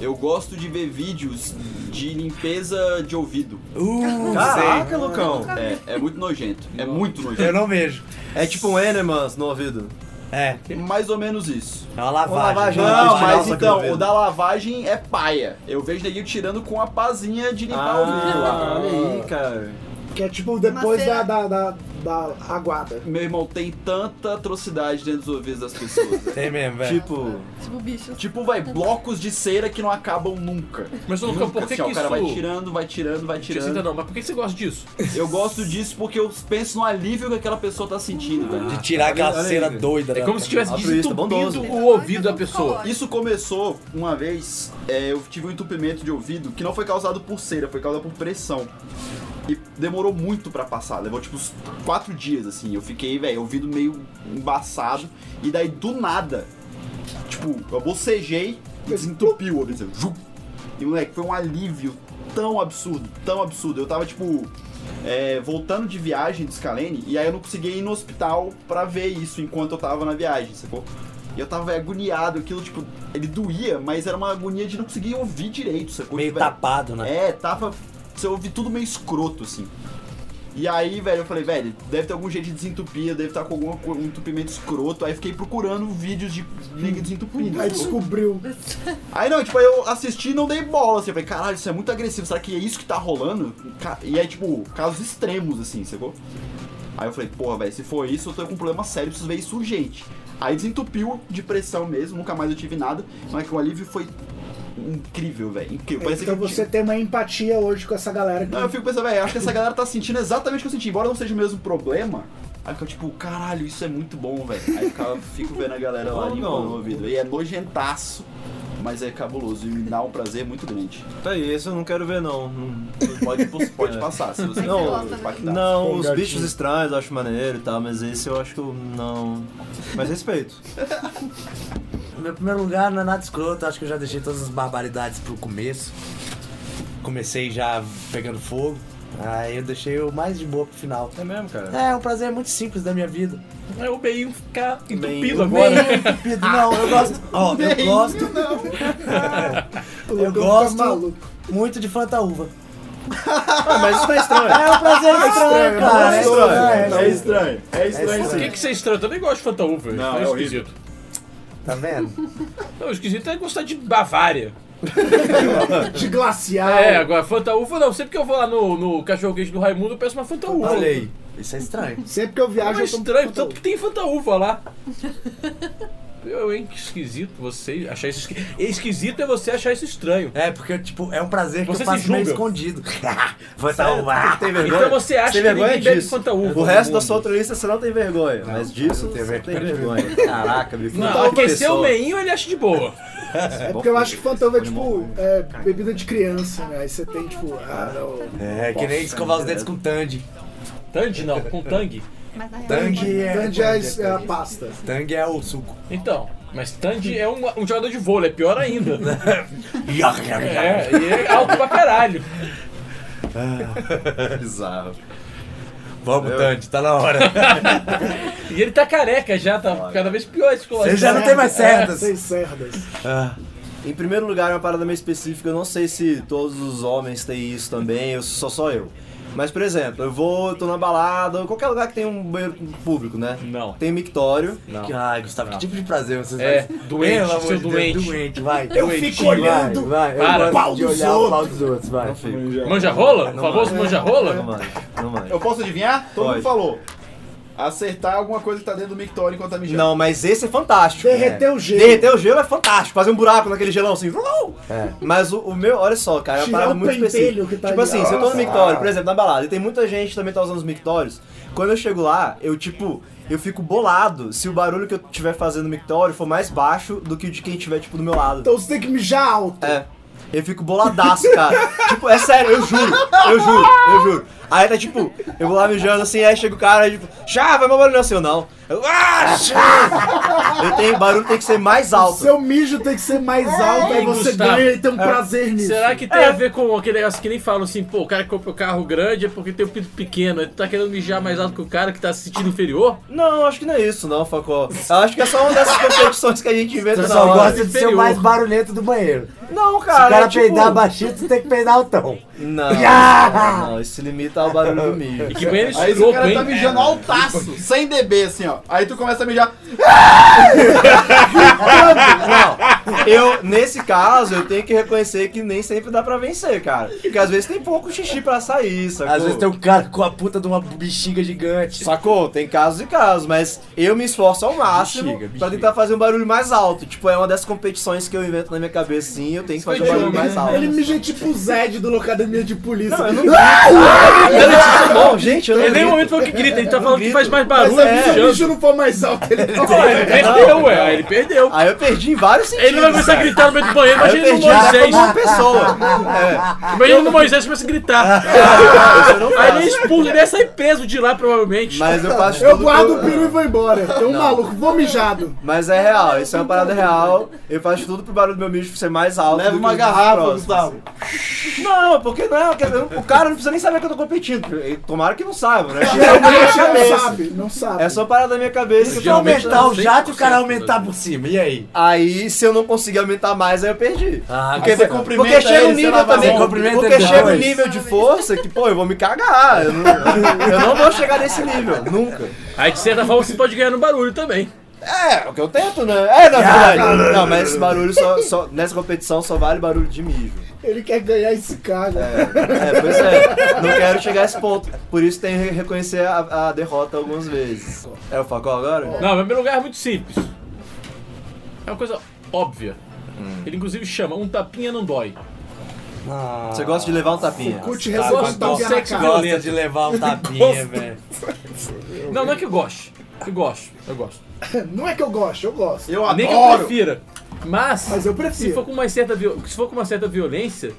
Speaker 9: Eu gosto de ver vídeos de limpeza de ouvido. Uh,
Speaker 6: Caraca, Lucão.
Speaker 9: É, é muito nojento. É muito
Speaker 1: Eu
Speaker 9: nojento.
Speaker 1: não vejo.
Speaker 6: É tipo um Enemans no ouvido.
Speaker 1: É,
Speaker 9: Mais ou menos isso.
Speaker 1: é uma lavagem.
Speaker 6: lavagem, é
Speaker 1: Vamos
Speaker 9: Não,
Speaker 1: tirar
Speaker 9: mas
Speaker 1: essa
Speaker 9: então,
Speaker 1: caveira.
Speaker 9: o da lavagem é paia. Eu vejo neguinho tirando com a pazinha de limpar o ouvido lá.
Speaker 6: Ah, olha aí, cara.
Speaker 8: Que é tipo depois da,
Speaker 4: Uma
Speaker 8: da, da, da aguada.
Speaker 9: Meu irmão, tem tanta atrocidade dentro dos ouvidos das pessoas. né?
Speaker 1: Tem mesmo, velho.
Speaker 6: Tipo,
Speaker 4: Tipo bichos.
Speaker 9: tipo, vai, blocos de cera que não acabam nunca.
Speaker 2: Mas eu
Speaker 9: Nunca,
Speaker 2: não por que,
Speaker 9: assim, ó,
Speaker 2: que
Speaker 9: o cara vai
Speaker 2: isso.
Speaker 9: tirando, vai tirando, vai
Speaker 2: Tira,
Speaker 9: tirando.
Speaker 2: não, mas por que que você gosta disso?
Speaker 9: Eu gosto disso porque eu penso no alívio que aquela pessoa tá sentindo, velho.
Speaker 1: De tirar aquela
Speaker 6: Olha aí,
Speaker 1: cera
Speaker 6: velho.
Speaker 1: doida. né,
Speaker 2: É como se
Speaker 1: cara?
Speaker 2: tivesse
Speaker 6: altruísta, bondoso.
Speaker 2: desentupido o ouvido
Speaker 4: tá
Speaker 2: da pessoa.
Speaker 9: Isso começou uma vez, é, eu tive um entupimento de ouvido que não foi causado por cera, foi causado por pressão. E demorou muito pra passar, levou tipo uns quatro dias assim. Eu fiquei, velho, ouvido meio embaçado. E daí do nada, tipo, eu bocejei e desentupiu o ouvido. assim, zum. E moleque, foi um alívio tão absurdo, tão absurdo. Eu tava tipo. é, voltando de viagem de Scalene, e aí eu não conseguia ir no hospital pra ver isso enquanto eu tava na viagem, sacou? E eu tava véi, agoniado, aquilo, tipo, ele doía, mas era uma agonia de não conseguir ouvir direito, sacou?
Speaker 1: Meio
Speaker 9: Tipo, véi,
Speaker 1: tapado, né?
Speaker 9: é, tava. Você ouve tudo meio escroto, assim. E aí, velho, eu falei, velho, deve ter algum jeito de desentupir, deve estar com algum co- um entupimento escroto. Aí fiquei procurando vídeos de nega desentupindo.
Speaker 8: Aí descobriu.
Speaker 9: Aí não, tipo, aí eu assisti e não dei bola, assim. Eu falei, caralho, isso é muito agressivo, será que é isso que tá rolando? Ca- E aí, tipo, casos extremos, assim, sacou? Aí eu falei, porra, velho, se for isso, eu tô com um problema sério, preciso ver isso urgente. Aí desentupiu de pressão mesmo, nunca mais eu tive nada, mas que o alívio foi incrível, velho. Incrível. Parecia
Speaker 8: Então
Speaker 9: que eu
Speaker 8: você
Speaker 9: tinha-
Speaker 8: tem uma empatia hoje com essa galera. que-
Speaker 9: Não, eu fico pensando, velho, acho que essa galera tá sentindo exatamente o que eu senti, embora não seja o mesmo problema. Aí eu fico tipo, caralho, isso é muito bom, velho. Aí eu ficava- fico vendo a galera lá
Speaker 6: Não,
Speaker 9: limpando
Speaker 6: não.
Speaker 9: o ouvido. E é nojentaço, mas é cabuloso e me dá um prazer muito grande.
Speaker 6: Tá aí, esse eu não quero ver, não. Não,
Speaker 9: Pode, pode passar, se você
Speaker 6: Não,
Speaker 9: quiser impactar.
Speaker 6: não os
Speaker 8: gatinho.
Speaker 6: bichos estranhos eu acho maneiro e tal, mas esse eu acho que eu não. Mas respeito.
Speaker 1: Meu primeiro lugar não é nada escroto, acho que eu já deixei todas as barbaridades pro começo. Comecei já pegando fogo, aí eu deixei o mais de boa pro final.
Speaker 6: É mesmo, cara.
Speaker 1: É, um prazer muito simples da minha vida.
Speaker 2: É o beinho ficar entupido
Speaker 1: Eu
Speaker 2: agora.
Speaker 1: venho entupido, não, eu gosto. Ó, eu gosto
Speaker 8: O
Speaker 1: eu
Speaker 6: tá
Speaker 8: Lucão
Speaker 1: gosto.
Speaker 8: fica maluco.
Speaker 1: muito de fantaúva.
Speaker 6: mas isso não é estranho.
Speaker 1: É um prazer estranho, cara. É
Speaker 6: gosto.
Speaker 1: estranho.
Speaker 9: É estranho, é estranho
Speaker 2: Por que,
Speaker 9: sim.
Speaker 2: que você é estranho? Eu também gosto de Fanta Uva.
Speaker 9: Não,
Speaker 2: Não, é
Speaker 9: é
Speaker 2: esquisito.
Speaker 1: Tá vendo?
Speaker 2: Não, esquisito é gostar de Bavária.
Speaker 8: De glacial.
Speaker 6: Ah,
Speaker 2: É, agora Fanta Uva não. Sempre que eu vou lá no, no cachorro quente do Raimundo, eu peço uma Fanta Uva.
Speaker 1: Falei. Isso é estranho.
Speaker 8: Sempre que eu viajo,
Speaker 2: Não é
Speaker 8: eu tomo
Speaker 2: estranho,
Speaker 8: Fanta
Speaker 2: tanto que tem Fanta Uva lá. Eu, hein, que esquisito você achar isso esqui... Esquisito é você achar isso estranho.
Speaker 1: É, porque, tipo, é um prazer que
Speaker 2: Você
Speaker 1: eu faço
Speaker 2: se
Speaker 1: meio
Speaker 2: julga.
Speaker 1: escondido.
Speaker 3: tá
Speaker 1: fantaúva.
Speaker 6: É, Tem vergonha?
Speaker 2: Então você acha
Speaker 6: tem
Speaker 2: que ninguém
Speaker 6: vergonha
Speaker 2: bebe
Speaker 6: disso.
Speaker 2: Fanta Uva.
Speaker 6: O resto da sua outra lista você é não tem vergonha, mas disso você tem vergonha. Caraca, bicho. tá
Speaker 2: Não,
Speaker 6: Fanta Uva
Speaker 2: aquecer o
Speaker 6: Ah, pessoa.
Speaker 2: meinho ele acha de boa.
Speaker 8: É porque eu acho que Fantova é tipo é, bebida de criança, né? Aí você tem tipo. Ah, não.
Speaker 1: É, que nem escovar os dentes com tangue.
Speaker 2: Tandy não, com tangue.
Speaker 4: Mas na real,
Speaker 1: Tangue é.
Speaker 8: Grande é, a- é a pasta.
Speaker 1: Tangue é o suco.
Speaker 2: Então, mas Tandy é um, um jogador de vôlei, é pior ainda.
Speaker 1: É.
Speaker 2: É, e é alto pra caralho.
Speaker 6: Bizarro.
Speaker 1: Vamos, Tandy, tá na hora.
Speaker 2: E ele tá careca já, tá cada vez pior esse colosso.
Speaker 1: Você já não tem mais assim. cerdas.
Speaker 8: Sem cerdas.
Speaker 6: Em primeiro lugar, é uma parada meio específica, eu não sei se todos os homens têm isso também, eu sou só eu. Mas, por exemplo, eu vou, tô na balada, ou qualquer lugar que tem um banheiro público, né?
Speaker 2: Não.
Speaker 6: Tem mictório.
Speaker 1: Ai, Gustavo, que tipo de prazer vocês
Speaker 2: É,
Speaker 1: fazem?
Speaker 2: doente,
Speaker 1: Pelo amor
Speaker 2: seu
Speaker 1: de Deus,
Speaker 2: doente.
Speaker 1: doente, vai.
Speaker 8: Eu
Speaker 1: Doente,
Speaker 8: fico
Speaker 1: vai,
Speaker 8: olhando
Speaker 1: Vai,
Speaker 2: para
Speaker 1: eu
Speaker 2: o
Speaker 1: gosto
Speaker 8: pau
Speaker 1: de
Speaker 8: dos
Speaker 1: olhar o pau dos outros, vai.
Speaker 6: Não fico.
Speaker 2: Manja rola? O famoso manja
Speaker 6: Não
Speaker 2: rola?
Speaker 6: manjo, não manjo.
Speaker 9: Eu posso adivinhar? Todo
Speaker 6: Pode.
Speaker 9: mundo falou. Acertar alguma coisa que tá dentro do mictório enquanto tá mijando.
Speaker 6: Não, mas esse é fantástico.
Speaker 8: Derreter o gelo.
Speaker 6: Derreter o gelo é fantástico, fazer um buraco naquele gelão assim. uau!
Speaker 1: É.
Speaker 6: Mas o, o meu, olha só, cara, é uma
Speaker 8: Tirar
Speaker 6: parada
Speaker 8: o
Speaker 6: muito
Speaker 8: pentelho
Speaker 6: específica.
Speaker 8: que tá
Speaker 6: tipo
Speaker 8: ali.
Speaker 6: assim, se eu tô no
Speaker 8: Nossa.
Speaker 6: mictório, por exemplo, na balada, e tem muita gente que também tá usando os mictórios, quando eu chego lá, eu tipo, eu fico bolado se o barulho que eu tiver fazendo no mictório for mais baixo do que o de quem tiver, tipo, do meu lado.
Speaker 8: Então você tem que mijar alto.
Speaker 6: É. Eu fico boladaço, cara. tipo, é sério, eu juro. Eu juro, eu juro. Aí tá tipo, eu vou lá mijando assim, aí chega o cara, aí tipo, chá, vai meu barulho assim, eu não. Eu, ah, chá! Eu tenho, barulho tem que ser mais
Speaker 8: O
Speaker 6: alto.
Speaker 8: seu mijo tem que ser mais alto, aí você
Speaker 2: Gustavo.
Speaker 8: ganha e tem um prazer nisso.
Speaker 2: Será que
Speaker 1: É.
Speaker 2: tem a ver com aquele negócio que nem falam assim, pô, o cara que compra o carro grande é porque tem o pinto pequeno, ele tá querendo mijar mais alto que o cara que tá se sentindo inferior?
Speaker 6: Não, acho que não é isso, não, Facó. Eu acho que é só uma dessas competições que a gente inventa na
Speaker 1: Você só
Speaker 6: hora.
Speaker 1: gosta de ser
Speaker 2: inferior.
Speaker 1: o mais barulhento do banheiro.
Speaker 6: Não,
Speaker 1: Se o
Speaker 6: é cara.
Speaker 1: cara
Speaker 6: é tipo-
Speaker 1: peidar baixinho, você tem que peidar altão.
Speaker 6: Não,
Speaker 1: Ah!
Speaker 6: não, isso se limita ao barulho do mijo.
Speaker 2: E que banheiro
Speaker 9: Aí se o
Speaker 2: escroto,
Speaker 9: cara tá
Speaker 2: hein?
Speaker 9: mijando altaço, sem DB, assim, ó. Aí tu começa a mijar.
Speaker 6: Não, eu, nesse caso, eu tenho que reconhecer que nem sempre dá pra vencer, cara. Porque às vezes tem pouco xixi pra sair, sacou?
Speaker 1: Às vezes tem um cara com a puta de uma bexiga gigante.
Speaker 6: Sacou? Tem casos e casos, mas eu me esforço ao máximo
Speaker 1: Bexiga,
Speaker 6: pra
Speaker 1: bexiga.
Speaker 6: tentar fazer um barulho mais alto. Tipo, é uma dessas competições que eu invento na minha cabeça, sim, eu tenho que fazer um barulho mais alto.
Speaker 8: Ele mija tipo o Zed do Locademia de Polícia.
Speaker 6: Não, eu
Speaker 8: Ah,
Speaker 6: Bom, gente, eu não
Speaker 2: Em nenhum
Speaker 6: grito.
Speaker 2: momento falou que grita, ele tá falando que
Speaker 6: grito.
Speaker 2: faz mais
Speaker 8: mas
Speaker 2: barulho,
Speaker 8: aí se
Speaker 9: é,
Speaker 8: o
Speaker 2: mijando.
Speaker 8: mijo não for mais alto, ele não
Speaker 2: Pô, Ele perdeu, ué, aí ele perdeu.
Speaker 6: Aí eu perdi em vários sentidos.
Speaker 2: Ele não vai começar a gritar no meio do banheiro,
Speaker 6: Aí eu
Speaker 2: imagina no
Speaker 6: perdi até
Speaker 2: Moisés.
Speaker 6: como
Speaker 9: Ah,
Speaker 6: uma pessoa. É,
Speaker 2: Imagina no Tipo, Moisés começa a gritar.
Speaker 6: eu não
Speaker 2: Aí ele é
Speaker 6: faço.
Speaker 2: expulso, ele ia sair preso de lá provavelmente.
Speaker 6: Mas eu faço
Speaker 8: Eu
Speaker 6: tudo
Speaker 8: guardo
Speaker 6: pro-
Speaker 8: o peru e vou embora. Tem um maluco, vou mijado.
Speaker 6: Mas é real, isso é uma parada real. Eu faço tudo pro barulho do meu mijo ser mais alto.
Speaker 9: Leva
Speaker 6: do que
Speaker 9: uma
Speaker 6: os dos
Speaker 9: garrafa,
Speaker 6: próximos. assim.
Speaker 9: Gustavo.
Speaker 6: Não, porque não, quer dizer, o cara não precisa nem saber que eu tô competindo. E Tomara que não saiba, né?
Speaker 8: Não, sabe, não sabe.
Speaker 6: É só parada da minha cabeça. que
Speaker 1: Se
Speaker 6: eu
Speaker 2: Geralmente
Speaker 6: aumento.
Speaker 1: aumentar o
Speaker 2: dá
Speaker 1: jato, o cara
Speaker 2: 100%
Speaker 1: aumentar por cima. E aí?
Speaker 6: Aí, se eu não conseguir aumentar mais, aí eu perdi.
Speaker 1: Ah,
Speaker 6: porque
Speaker 1: você
Speaker 9: cumprimenta
Speaker 6: porque chega
Speaker 9: ele,
Speaker 6: um
Speaker 9: você
Speaker 6: nível
Speaker 9: lava a
Speaker 6: também.
Speaker 1: mão. Cumprimenta
Speaker 6: Porque
Speaker 1: ele
Speaker 6: chega um
Speaker 1: depois.
Speaker 6: nível de força que, pô, eu vou me cagar. Eu não, eu não vou chegar nesse nível, nunca.
Speaker 2: Aí de certa forma você pode ganhar no barulho também.
Speaker 6: É, o que eu Ah, tento, né? É, na verdade. Não, mas esse barulho só, só- Nessa competição só vale barulho de mijo.
Speaker 8: Ele quer ganhar esse cara.
Speaker 6: É, pois é. Não quero chegar a esse ponto. Por isso tem que reconhecer a, a derrota algumas vezes. É o Facol agora?
Speaker 2: Não, em primeiro lugar é muito simples. É uma coisa óbvia.
Speaker 1: Hum.
Speaker 2: Ele inclusive chama, um tapinha não dói.
Speaker 6: Você gosta de levar um tapinha?
Speaker 8: Curte
Speaker 1: Ah,
Speaker 2: Eu gosto
Speaker 8: resolve
Speaker 2: do
Speaker 1: tá
Speaker 8: tapinha na
Speaker 2: sexo
Speaker 8: cara.
Speaker 1: Gosta de
Speaker 2: violento.
Speaker 1: levar um tapinha, velho.
Speaker 2: Não, não é que eu goste. Eu gosto, eu gosto.
Speaker 8: Não é que eu gosto, eu gosto.
Speaker 9: Eu
Speaker 2: Nem que eu
Speaker 9: adoro!
Speaker 2: prefira. Mas,
Speaker 8: Mas
Speaker 2: se,
Speaker 8: eu
Speaker 2: for
Speaker 8: prefiro.
Speaker 2: com uma certa viol- se for com uma certa violência,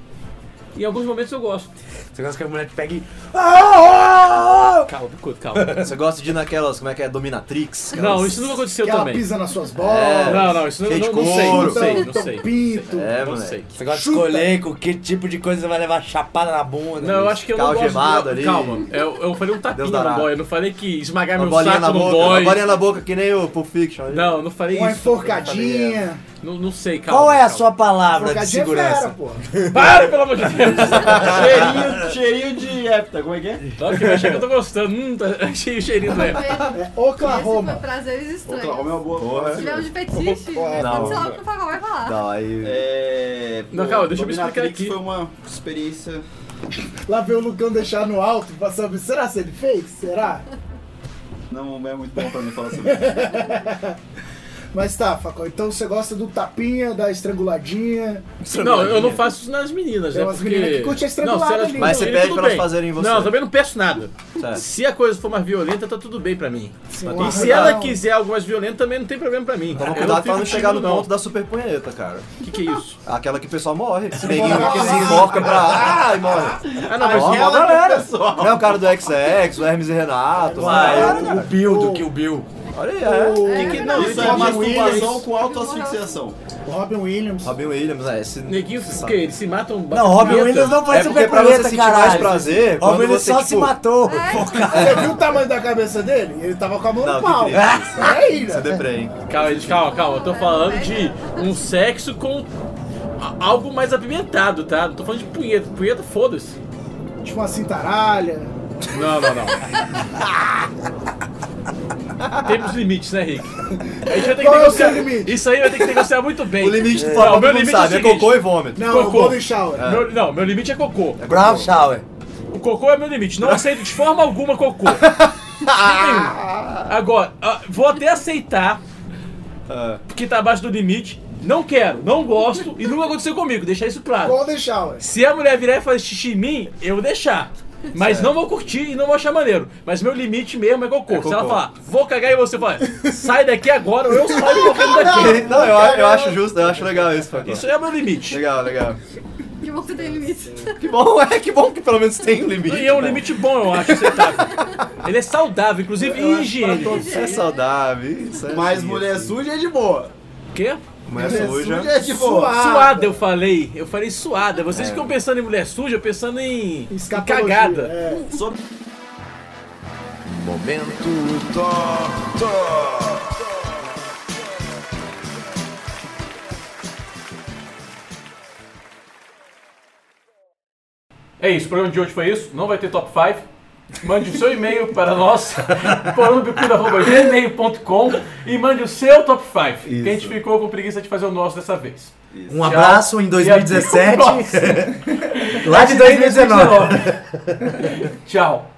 Speaker 2: em alguns momentos eu gosto.
Speaker 1: Você gosta que a mulher te pegue. Ah, ah, ah.
Speaker 2: Calma, Bicudo, calma.
Speaker 6: Você gosta de ir naquelas, como é que é? Dominatrix?
Speaker 2: Não, isso nunca aconteceu
Speaker 8: Que ela
Speaker 2: também.
Speaker 8: pisa nas suas bolas.
Speaker 2: Não, não, isso não,
Speaker 6: Cheio de
Speaker 2: não, não sei, não
Speaker 6: couro.
Speaker 2: sei, não
Speaker 8: Então,
Speaker 2: sei.
Speaker 8: pinto.
Speaker 6: É,
Speaker 2: não
Speaker 6: moleque.
Speaker 2: sei.
Speaker 1: Você gosta de
Speaker 8: Chuta.
Speaker 1: escolher com que tipo de coisa você vai levar chapada na bunda.
Speaker 2: Não, eu acho que eu não
Speaker 6: Ficar
Speaker 2: gosto.
Speaker 6: algemado
Speaker 2: de-
Speaker 6: ali.
Speaker 2: Calma, eu, eu falei um tapinha
Speaker 6: Deus
Speaker 2: não
Speaker 6: dará.
Speaker 2: dói, eu não falei que esmagar
Speaker 6: Uma
Speaker 2: meu
Speaker 6: bolinha
Speaker 2: saco
Speaker 6: na
Speaker 2: não
Speaker 6: boca. Uma
Speaker 2: dói.
Speaker 6: bolinha na boca, que nem o Pulp Fiction. ali.
Speaker 2: Não, eu não falei
Speaker 8: Uma
Speaker 2: isso.
Speaker 8: enforcadinha.
Speaker 2: Não, não sei, calma.
Speaker 1: Qual é a
Speaker 2: calma.
Speaker 1: sua palavra de
Speaker 8: Enforcadinha é fera,
Speaker 1: segurança?
Speaker 8: pô.
Speaker 2: Para, pelo amor de Deus!
Speaker 9: Cheirinho, cheirinho de época, como é que é?
Speaker 2: Não, que mexe que eu tô gostando. Hum, tá- achei o cheirinho do Apple.
Speaker 4: Tá
Speaker 8: É
Speaker 4: Esse foi
Speaker 8: Oklahoma.
Speaker 4: prazeres estranhos.
Speaker 9: Oklahoma é uma boa
Speaker 6: Porra.
Speaker 4: Se tiver um de fetiche, né?
Speaker 6: Não.
Speaker 4: sei lá o que o Fagão vai falar.
Speaker 6: Não, aí.
Speaker 9: É.
Speaker 2: Não,
Speaker 9: pô,
Speaker 2: calma, deixa eu me explicar
Speaker 9: Dominatrix
Speaker 2: aqui.
Speaker 9: foi uma experiência.
Speaker 8: Lá veio o Lucão deixar no alto pra saber. Será se ele fez? Será?
Speaker 9: Não é muito bom pra mim falar sobre isso.
Speaker 8: Mas tá, Facol, então você gosta do tapinha, da estranguladinha.
Speaker 2: Não, eu não faço isso nas meninas,
Speaker 8: Tem
Speaker 2: né?
Speaker 8: umas
Speaker 2: porque...
Speaker 8: meninas que curtem a estrangulada
Speaker 2: se
Speaker 8: ali.
Speaker 6: Mas você
Speaker 2: curtirem,
Speaker 6: pede
Speaker 2: tudo
Speaker 6: pra elas
Speaker 2: bem.
Speaker 6: fazerem em você.
Speaker 2: Não, eu também não peço nada.
Speaker 6: Certo.
Speaker 2: Se a coisa for mais violenta, tá tudo bem pra mim.
Speaker 8: Sim,
Speaker 2: E se ela quiser algo mais violento, também não tem problema pra mim.
Speaker 6: Toma
Speaker 2: Eu
Speaker 6: cuidado pra
Speaker 2: fico
Speaker 6: não chegar no
Speaker 2: tímido, não.
Speaker 6: ponto da super punheta, cara.
Speaker 2: O que, que é isso?
Speaker 6: Aquela que o pessoal morre. um Neguinho que se enforca pra. Ah, e morre.
Speaker 2: Ah, não, mas
Speaker 6: Ó,
Speaker 2: ela...
Speaker 6: mó galera. Não é o cara do XX, o Hermes e Renato.
Speaker 1: Vai,
Speaker 6: né?
Speaker 1: o, o Bill do Kill Bill.
Speaker 6: Olha aí, é.
Speaker 2: que que- não,
Speaker 9: Isso
Speaker 2: isso
Speaker 9: é
Speaker 2: é
Speaker 9: masturbação com autoasfixiação.
Speaker 8: O Robin Williams.
Speaker 6: Robin Williams, é. Esse...
Speaker 2: Neguinho, o quê? Eles se matam...
Speaker 1: Não, Robin Williams não
Speaker 6: É
Speaker 1: pode
Speaker 6: porque
Speaker 1: super
Speaker 6: pra você
Speaker 1: punheta,
Speaker 6: sentir mais
Speaker 1: caralho.
Speaker 6: prazer,
Speaker 1: Robin
Speaker 6: quando
Speaker 1: Williams
Speaker 6: você,
Speaker 1: só se
Speaker 6: tipo,
Speaker 1: matou.
Speaker 4: É,
Speaker 8: Você viu o tamanho da cabeça dele? Ele tava com a mão
Speaker 6: Não,
Speaker 8: no
Speaker 6: que
Speaker 8: pau.
Speaker 6: triste.
Speaker 8: É aí,
Speaker 6: Você
Speaker 8: né?
Speaker 6: deprê, hein?
Speaker 2: Calma, gente, calma, calma. Eu tô falando de um sexo com a- algo mais apimentado, tá? Não tô falando de punheta. Punheta, foda-se.
Speaker 8: Tipo uma cintaralha.
Speaker 2: Não, não, não. Temos limites, né, Rick? A gente vai ter que
Speaker 8: Qual é o
Speaker 2: negociar.
Speaker 8: seu limite?
Speaker 2: Isso aí vai ter que negociar muito bem.
Speaker 6: O limite do
Speaker 2: Não,
Speaker 6: Fábio,
Speaker 2: meu
Speaker 6: não
Speaker 2: limite
Speaker 6: sabe,
Speaker 2: é
Speaker 6: é,
Speaker 2: o seguinte.
Speaker 6: cocô e vômito.
Speaker 8: Não,
Speaker 2: Cocô.
Speaker 8: o Golden Shower.
Speaker 2: Meu- não, meu limite é cocô.
Speaker 1: Brown Shower.
Speaker 2: O cocô é meu limite. Não aceito de forma alguma cocô. De nenhum. Agora, ah, vou até aceitar que tá abaixo do limite. Não quero, não gosto e nunca aconteceu comigo. Deixar isso claro.
Speaker 8: Golden Shower.
Speaker 2: Se a mulher virar e fazer xixi em mim, eu vou deixar. Mas não vou curtir e não vou achar maneiro. Mas meu limite mesmo é cocô. Se ela
Speaker 6: cocô.
Speaker 2: falar, vou cagar e você falar, sai daqui agora ou eu saio correndo daqui.
Speaker 6: Não, eu, eu acho justo, eu acho legal isso, Fábio.
Speaker 2: Isso é meu limite.
Speaker 6: Legal, legal.
Speaker 4: Que bom que tem limite.
Speaker 6: Que bom, é que bom que pelo menos tem um limite.
Speaker 2: E é um
Speaker 6: né?
Speaker 2: limite bom, eu acho, aceitável. Ele é saudável, inclusive, e higiênico.
Speaker 6: Isso é saudável, isso é
Speaker 9: Mas
Speaker 6: lindo.
Speaker 9: mulher suja é de boa.
Speaker 2: O quê?
Speaker 6: Mulher
Speaker 9: Mulher
Speaker 6: suja.
Speaker 9: suja é de boa.
Speaker 8: Suada.
Speaker 2: Suada, eu falei. Eu falei suada.
Speaker 10: É.
Speaker 2: Vocês ficam pensando em mulher suja, pensando em, em
Speaker 8: Escatologia,
Speaker 2: cagada.
Speaker 8: é.
Speaker 9: Momento top, top.
Speaker 10: É isso, o programa de hoje foi isso. Não vai ter top 5. Mande o seu e-mail para nós, gmail.com e mande o seu top 5. Que a gente ficou com preguiça de fazer o nosso dessa vez.
Speaker 1: Um abraço em
Speaker 10: E até o
Speaker 1: 2017.
Speaker 10: próximo.
Speaker 8: Tá
Speaker 10: Tá
Speaker 1: Lá de 2019.
Speaker 10: Tchau.